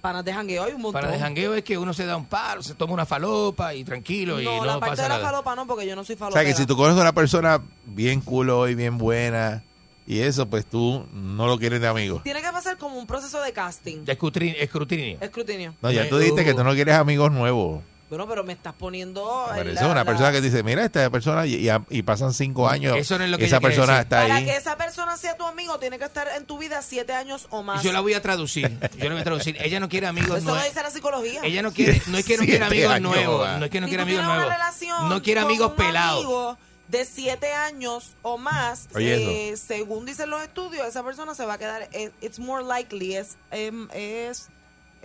Panas de jangueo hay un montón.
Panas de jangueo es que uno se da un paro, se toma una falopa y tranquilo y
No,
no
la parte
pasa
de la
nada.
falopa no, porque yo no soy
O
falopa.
sea, que si tú coges a una persona bien culo y bien buena y eso, pues tú no lo quieres de amigo.
Tiene que pasar como un proceso de casting.
De escrutri- escrutinio.
Escrutinio.
No,
Eh,
ya tú dijiste
uh.
que tú no quieres amigos nuevos.
Bueno, pero me estás poniendo...
Pero
el-
eso es
la-
una
la-
persona que te dice, mira, esta persona, y, y a- y pasan cinco años.
Mm, Eso no es lo que
Esa
yo quería
persona
decir.
está
Para
ahí.
que esa persona sea tu amigo, tiene que estar en tu vida siete años o más.
Yo la voy a traducir. Yo la voy a traducir. Ella no quiere amigos
Eso lo
nuevos.
dice la psicología.
Ella no quiere, no es que no quiera
Siete
amigos
años,
nuevos,
va.
no es que no
Si
quiera
tú
amigos
tienes una
nuevos.
relación
No quiere
con
amigos
un
pelados.
amigo de siete años o más,
Oye,
eh, según dicen los estudios, esa persona se va a quedar. eh, It's more likely, es. em, es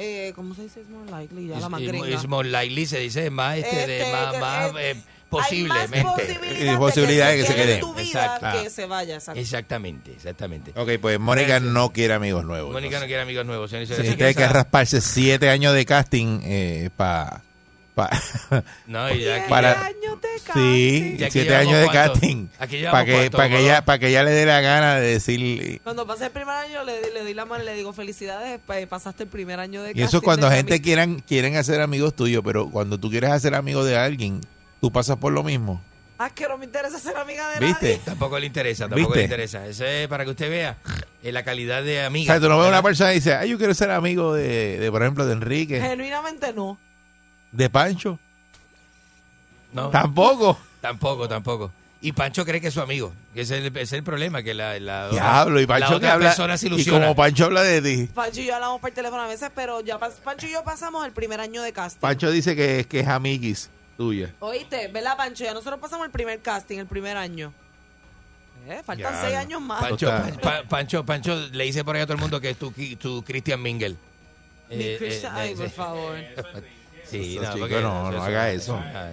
eh, ¿Cómo se dice? It's more likely, ya la más
Es-
gringa.
Es more likely, se dice es más este, de-
Este,
más,
que-
más,
eh,
eh, posiblemente.
de que Posibilidades se que se quede en quede. tu vida
Exacto.
que se vaya, exacto.
Exactamente, exactamente.
Ok, pues Mónica no quiere amigos nuevos.
Mónica no quiere amigos nuevos, señores. y
Entonces,
señores.
si tiene que rasparse siete años de casting eh, para...
No, y ya aquí ya-
Sí,
Y aquí
siete
llevamos
años de
cuánto,
casting.
aquí
Para
llevamos
que,
cuánto,
para que
Godó.
ella, para que ella le dé la gana de decir...
Cuando pasé el primer año, le, le doy la mano y le digo felicidades, pa- pasaste el primer año
Y
de
eso es
casting
cuando
de
gente
Camila".
quieran, quieren hacer amigos tuyos, pero cuando tú quieres hacer amigos de alguien, tú pasas por lo mismo.
Ah, que no me interesa ser amiga de
¿Viste?
nadie.
Tampoco le interesa, tampoco
¿Viste?
le interesa. Eso es para que usted vea eh, la calidad de
O
amiga.
sea, tú no ves a
¿verdad?
una persona y dices, ay, yo quiero ser amigo de, de, por ejemplo, de
Eh.
Enrique,
Genuinamente no.
de Pancho.
No.
Tampoco.
Tampoco, tampoco. Y Pancho cree que es su amigo. Que ese es el, ese es el problema, que la, la
Diablo, y
la
Pancho que
otra
habla.
persona se
Y
ilusiona.
como Pancho habla de ti,
Pancho y yo hablamos por teléfono a veces, pero ya pas- Pancho y yo pasamos el primer año de casting.
Pancho dice que, que es amiguis tuya.
Oíste, ¿verdad, Pancho? Ya nosotros pasamos el primer casting, el primer año. Eh, faltan
Ya,
seis
no.
años más.
Pancho,
Total.
Pan- Pan- Pancho, Pancho, le dice por ahí a todo el mundo que es tu, qui- tu Christian Mingle.
Mi
Eh,
Christian-
eh,
ay,
eh,
por
eh,
favor.
Sí,
Eso,
no,
chico,
porque
no, no haga eso.
Ah,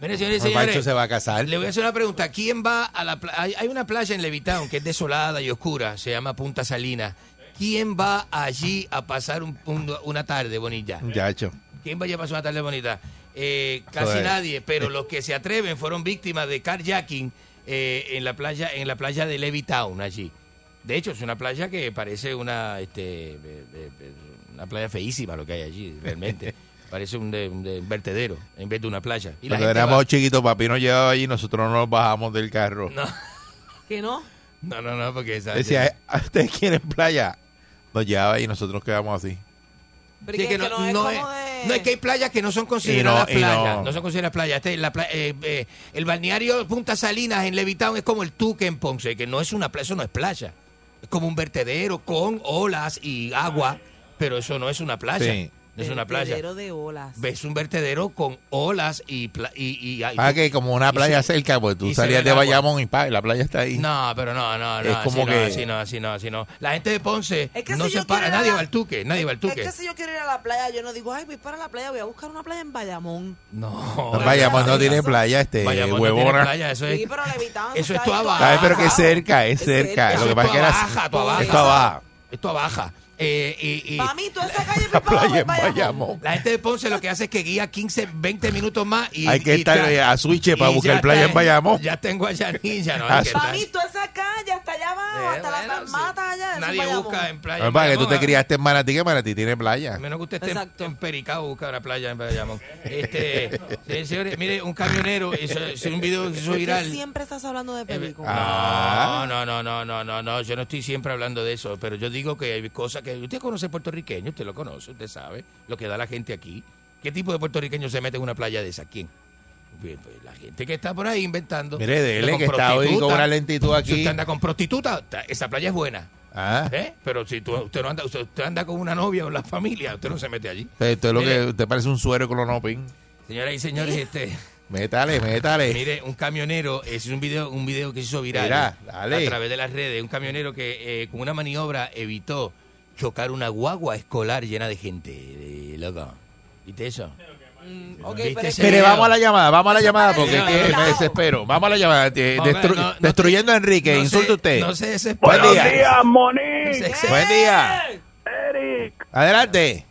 Mire, señores y
Pancho
señores,
se va a casar.
le voy a hacer una pregunta. ¿Quién va a la playa? Hay, hay una playa en Levitown que es desolada y oscura, se llama Punta Salina. ¿Quién va allí a pasar un- un- una tarde bonita?
Muchacho.
¿Quién vaya a pasar una tarde bonita? Eh, casi
Joder.
nadie, pero los que se atreven fueron víctimas de carjacking eh, en la playa en la playa de Levittown allí. De hecho, es una playa que parece una este eh, eh, eh, una playa feísima lo que hay allí, realmente. parece un, de- un de- un vertedero en vez de una playa. Y la
Cuando
gente
éramos
va-
chiquitos, papi nos llevaba allí, nosotros no nos bajamos del carro.
¿Que no?
No, no, no, porque esa-
Decía, "Ah, ¿ustedes quieren playa? Nos llevaba y nosotros quedamos así.
Pero
Sí,
que,
que
que no,
no-
es
no
como de...
No, es que hay playas que no son
Y
consideradas
no, y
playas.
no.
No. son consideradas playas. Este, la pla- eh, eh, el balneario Punta Salinas en Levitown es como el Tuque en Ponce, que no es una playa, eso no es playa. Es como un vertedero con olas y agua, pero eso no es una playa.
Sí.
es una playa.
Vertedero de olas.
Ves un vertedero con olas y... pla- y, y- y-
Ah, que como una
y
playa
se-
cerca, pues tú
y se
salías
ve
de
el agua.
Bayamón y pa, y la playa está ahí.
No, pero no, no, no.
Es como
así
que-
no, así no, así no, así no. La gente de Ponce
Es que
no
si yo
se para.
quiero ir a
Nadie
la-
va al tuque, nadie va al
Es
tuque.
que si yo quiero ir a la playa, yo no digo, ay, voy para la playa, voy a buscar una playa en Bayamón.
No.
No, Bayamón no tiene
Eso-
playa, este,
Bayamón no
huevona.
tiene playa, eso es...
Sí, pero Levitán
Eso es
está
tu
ahí, Ah,
abajo.
¿Sabes? Pero que es cerca, es cerca. Lo que pasa es que era.
Baja, tu abajo.
Esto abajo.
Esto abajo. Eh, y, y-
Para mí, toda esa calle
La playa en Bayamón.
La gente de Ponce lo que hace es que guía 15, 20 minutos más y...
Hay que
y
estar
tra-
eh, a Switch para
y
buscar
ya
playa
está-
en Bayamón.
Ya tengo a Yanilla, ¿no?
Ah,
Que
Para
está-
mí, toda esa calle hasta allá abajo,
Eh,
hasta las matas allá. eso es
Nadie
Bayamón.
busca en playa.
No,
en
para que tú
Bayamón,
te
a-
criaste en Manatí, que Manatí tiene playa.
Menos que usted esté en Pericao buscando la playa en Bayamón. Este, eh, señores, mire, un camionero, hizo, hizo un video que se hizo
Es que
viral. Eh, ah.
siempre estás hablando de películas.
Ah.
No, no, no, no, no, no, no, yo no estoy siempre hablando de eso, pero yo digo que hay cosas que... Usted conoce puertorriqueño, usted lo conoce, usted sabe lo que da la gente aquí. ¿Qué tipo de puertorriqueño se mete en una playa de esa? ¿Quién? Bien, pues, la gente que está por ahí inventando.
Mire, dele,
con
que está hoy con
prostitutas.
una lentitud
Si
aquí.
usted anda con prostituta, ta- esa playa es buena.
Ah.
¿eh? Pero si tú- usted no anda, usted, usted anda con una novia o la familia, usted no se mete allí.
Pero pues Esto es lo
Mire,
que te parece un suero clonopin.
Señoras y señores, este,
Métale, métale.
mire, un camionero, es un video, un video que se hizo viral
Mira, dale.
a través de las redes, un camionero que eh, con una maniobra evitó chocar una guagua escolar llena de gente, eh, loco. ¿Viste eso?
Mm, ok,
¿Viste
pero es
ese
que-
Mire, vamos a la llamada, vamos a la
Eso
llamada
parece
porque es que me
inventado.
desespero. Vamos a la llamada. eh,
Vamos a ver,
destru-
no- no
destruyendo a Enrique,
no se-
insulte usted.
no se desespere.
Buen día.
No se-
Buen día. Adelante.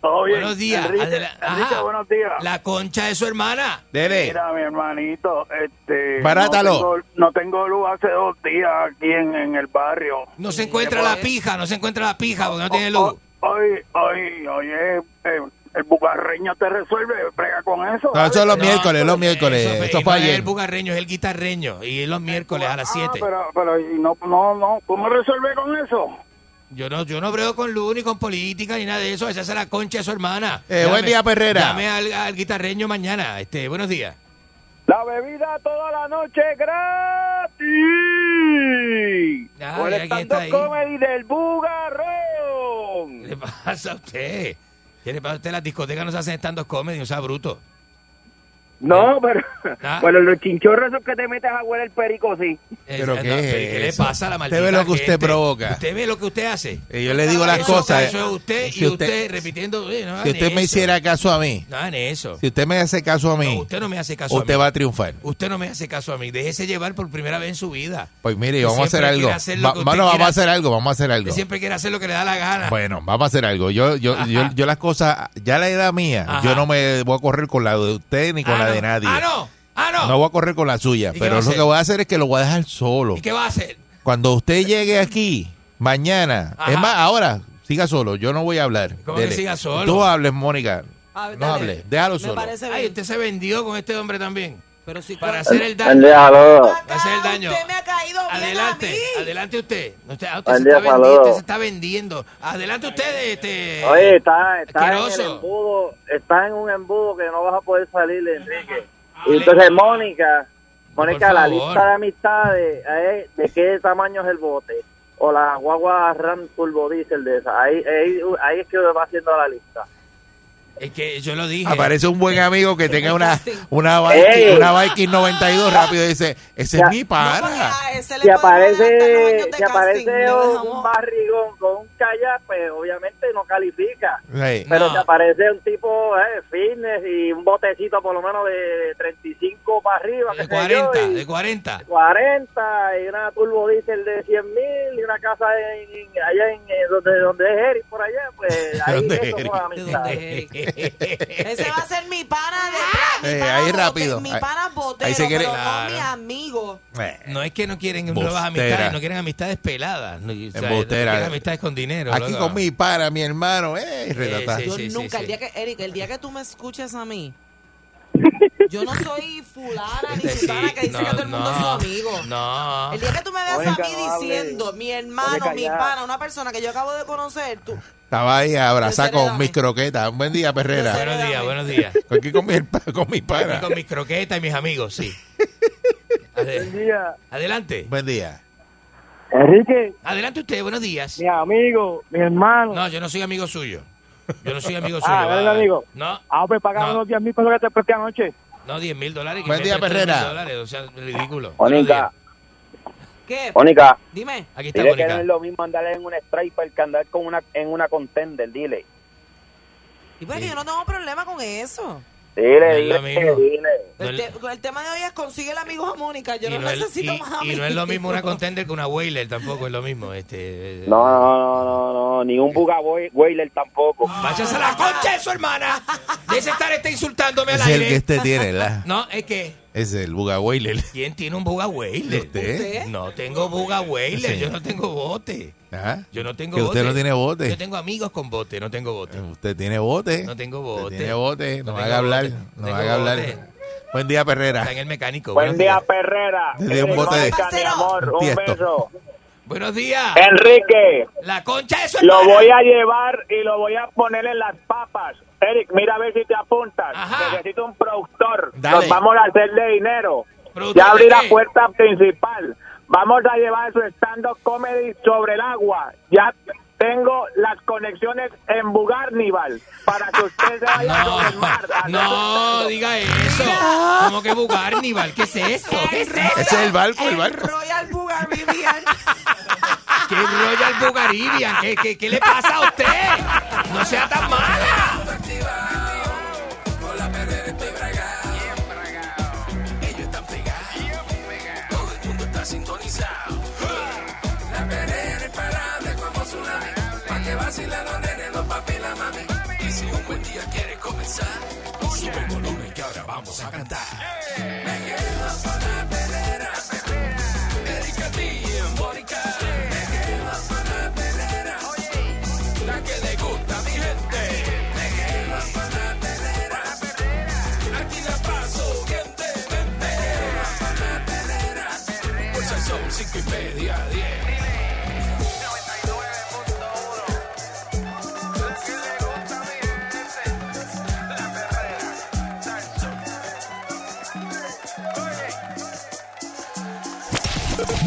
Todo bien. Buenos días.
Enrique,
Adela-
Enrique,
Ajá.
buenos
La concha de su hermana.
Dele.
Mira, mi hermanito, este.
Barátalo.
No tengo, no tengo luz hace dos días aquí en, en el barrio.
No se encuentra la pija, no se encuentra la pija porque no tiene luz.
Hoy, hoy, hoy es. eh, el bucarreño te resuelve, prega con eso.
No, eso es los
No,
miércoles, los miércoles.
Eso fue-
Eh, Esto
y
fue
no es
ayer.
el bugarreño, es el guitarreño. Y es los miércoles a las
Ah,
7.
pero, pero y no, no, no. ¿Cómo resuelve con eso?
Yo no, yo no brego con luz ni con política ni nada de eso. Esa es la concha de su hermana.
Eh, buen día, Perrera.
Llame al, al guitarreño mañana. Este, buenos días.
La bebida toda la noche gratis.
Ah,
Con
mira
el
quién está
stand-up
ahí. Eh.
comedy del bugarrón.
¿Qué le pasa a usted? ¿Qué le pasa a usted? Las discotecas no se hacen stand-up comedy, o sea, bruto.
No, pero,
Ah.
pero los chinchorros esos que te metes a huele el perico, sí.
¿Pero
Eh,
qué
no, pero
es
¿y ¿Qué le
eso?
pasa a la
Usted
maldita
ve lo que usted
gente?
provoca.
Usted ve lo que usted hace.
Y yo le digo las
Eso-
cosas. eh.
Eso es usted
Si
y
usted-
usted, repitiendo. "Eh, no hagan
Si usted me
eso".
hiciera caso a mí,
No hagan eso.
si usted me hace caso a mí,
No, usted no me hace caso a
usted
mí.
va a triunfar.
Usted no me hace caso a mí. Déjese llevar por primera vez en su vida.
Pues mire,
Que
vamos a hacer
siempre
algo.
quiere hacer lo
Va-
que usted
bueno, vamos
quiera
a hacer algo, vamos a hacer
Usted
algo.
siempre Ah. quiere hacer lo que le da la gana.
Bueno, vamos a hacer algo. Yo, yo, yo, yo las cosas, ya la edad mía,
Ajá.
yo no me voy a correr con la de usted ni con la de nadie.
Ah, no. Ah, no.
No voy a correr con la suya,
¿Y qué va
pero
a
lo que
hacer?
voy a hacer es que lo voy a dejar solo.
¿Y qué va a hacer?
Cuando usted llegue aquí, mañana,
Ajá.
es más, ahora, siga solo, yo no voy a hablar.
¿Cómo que siga solo?
Tú hables, Mónica.
Ah,
No
dale.
hables, déjalo
Me
solo.
parece bien.
Ay, usted se vendió con este hombre también.
Pero si
Para hacer el daño.
Déjalo.
Para hacer el daño.
Usted me ha caído bien
Adelante,
a mí.
adelante usted. Usted, ah, usted
Buen
se,
día,
está vendiendo,
saludos.
usted se está vendiendo. Adelante usted,
Eh,
este.
Oye, está, está en el
asqueroso.
embudo, está en un embudo que no vas a poder salir, Enrique. Y entonces Mónica, Mónica,
Ah, Por
la
favor.
lista de amistades, eh, ¿de qué tamaño es el bote? O la guagua Ram Turbo Diesel de esa. Ahí, ahí, ahí es que va haciendo la lista.
Es que yo lo dije.
Aparece un buen amigo que tenga una, una,
Ey.
Viking, una Viking 92 rápido y dice, ese es mi pana.
Si aparece, si aparece un barrigón con un kayak, pues obviamente no califica.
Sí.
Pero
No.
te aparece un tipo eh, fitness y un botecito por lo menos de 35 para arriba, qué
De
sé yo,
40,
y
de 40.
40, y una turbo diesel de 100 mil y una casa en, en- allá en eh, donde, donde es Eric por allá, pues ahí
¿Dónde
eso
eres?
fue
Eh,
amistad.
Ese va a ser mi pana de mi
Eh,
pana
ahí
bote-
rápido.
Mi
Ahí-
pana botero,
ahí se quiere-
pero
Claro.
no mi amigo.
No es que no quieren nuevas
Bostera.
amistades, no quieren amistades peladas. No, o sea, no
Embustera.
quieren amistades con dinero.
Aquí
loco.
con mi para, mi hermano, eh, retratar.
sí,
Yo
sí,
nunca,
sí.
el día que, Eric, el día que tú me escuches a mí, yo no soy fulana ni
Este,
fulana que
sí,
dice que todo el mundo es su amigo.
No.
El día que tú me veas
Mónica,
a mí
no hables.
diciendo, mi
Mónica,
hermano, mi
ya.
pana, una persona que yo acabo de conocer, tú,
Estaba ahí abrazada
Tercera eh.
con mis croquetas. Un buen día, Perrera.
Buenos días, buenos días.
Aquí con mi, herpa- con Oh, mi
Aquí
pana.
con mis croquetas y mis amigos, sí. Ade- Adelante.
Buen día.
Adelante usted, buenos días.
Mi amigo, mi hermano.
No, yo no soy amigo suyo. Yo no soy amigo suyo.
Ah,
va.
eres amigo.
No,
Ah, pues pagamos
No.
los 10 mil pesos que te presté anoche.
no, 10 mil dólares. que
Buen
me
día,
prestes 10.000
Perrera.
dólares, O sea, ridículo.
Mónica.
¿Qué?
Mónica.
Dime.
Aquí está
Dile que no
Mónica.
es lo mismo andar en un striper que andar con una, en una contender, dile.
Y pues yo no tengo problema con eso.
Dile,
No es lo
dile,
mismo.
dile.
No
El,
es-
te- el tema de hoy es consigue el amigo a Mónica. Yo
y,
no,
no es,
necesito
y-
más amigos.
y no es lo mismo una contender que una Whaler, tampoco es lo mismo. Este,
No, no, no, no, no, ni un Buga Boy- Whaler tampoco.
¡Váyase a la concha de su hermana! De ese estar está insultándome al
Ese es el
aire.
que este tiene, ¿verdad?
No, es que.
Es el Buga Wailer.
¿Quién Ah, tiene un Buga Whaler?
¿Usted? ¿Usted?
No tengo Buga Whaler,
Sí.
yo no tengo bote.
Ajá.
Yo no tengo
Que
bote.
usted no tiene bote.
Yo tengo amigos con bote, no tengo bote.
Usted tiene bote.
No tengo
Usted
bote.
tiene bote. No,
No
haga
tengo
hablar.
bote.
No
tengo
haga hablar.
bote.
Buen día, Perrera.
Está en el mecánico.
Buen
Buenos días.
Perrera.
Le dio un bote de-
Mónica, mi amor, un
Tiesto.
beso.
Buenos días.
Enrique.
La concha de su
Lo
hermana.
voy a
llevar y lo voy a poner en las papas. Eric, mira a ver si te apuntas. Necesito un productor.
Dale.
Nos vamos a hacer de dinero.
¿Productor
Ya abrí
de
la
qué?
puerta principal. Vamos a llevar su stand-up comedy sobre el agua. Ya tengo las conexiones en Bugarnival para que usted se vaya sobre el mar.
No, diga eso. ¿Cómo que Bugarnival? ¿Qué es eso? ¿Qué es eso?
Ese es el barco, el barco.
Royal Bugaribian.
¿Qué Royal Bugaribian? ¿Qué, qué, ¿Qué le pasa a usted? No sea tan mala.
Con la perrera estoy bragado. Ellos están pegados. Todo el mundo está sintonizado. La perrera es parable como tsunami. Pa' que vacilen los nenes, los papi y la mami. Y si un buen día quieres comenzar, sube el volumen que ahora vamos a cantar. Me quedo con la perrera. Erika D y Mónica. Me quedo con la perrera. La que le gusta a mi gente. Me quedo con la perrera. Aquí la paso bien de mente. Por ser son cinco y media, diez.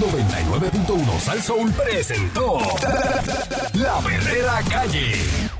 Oye. 99.1 Sal Soul presentó La Verdadera Calle.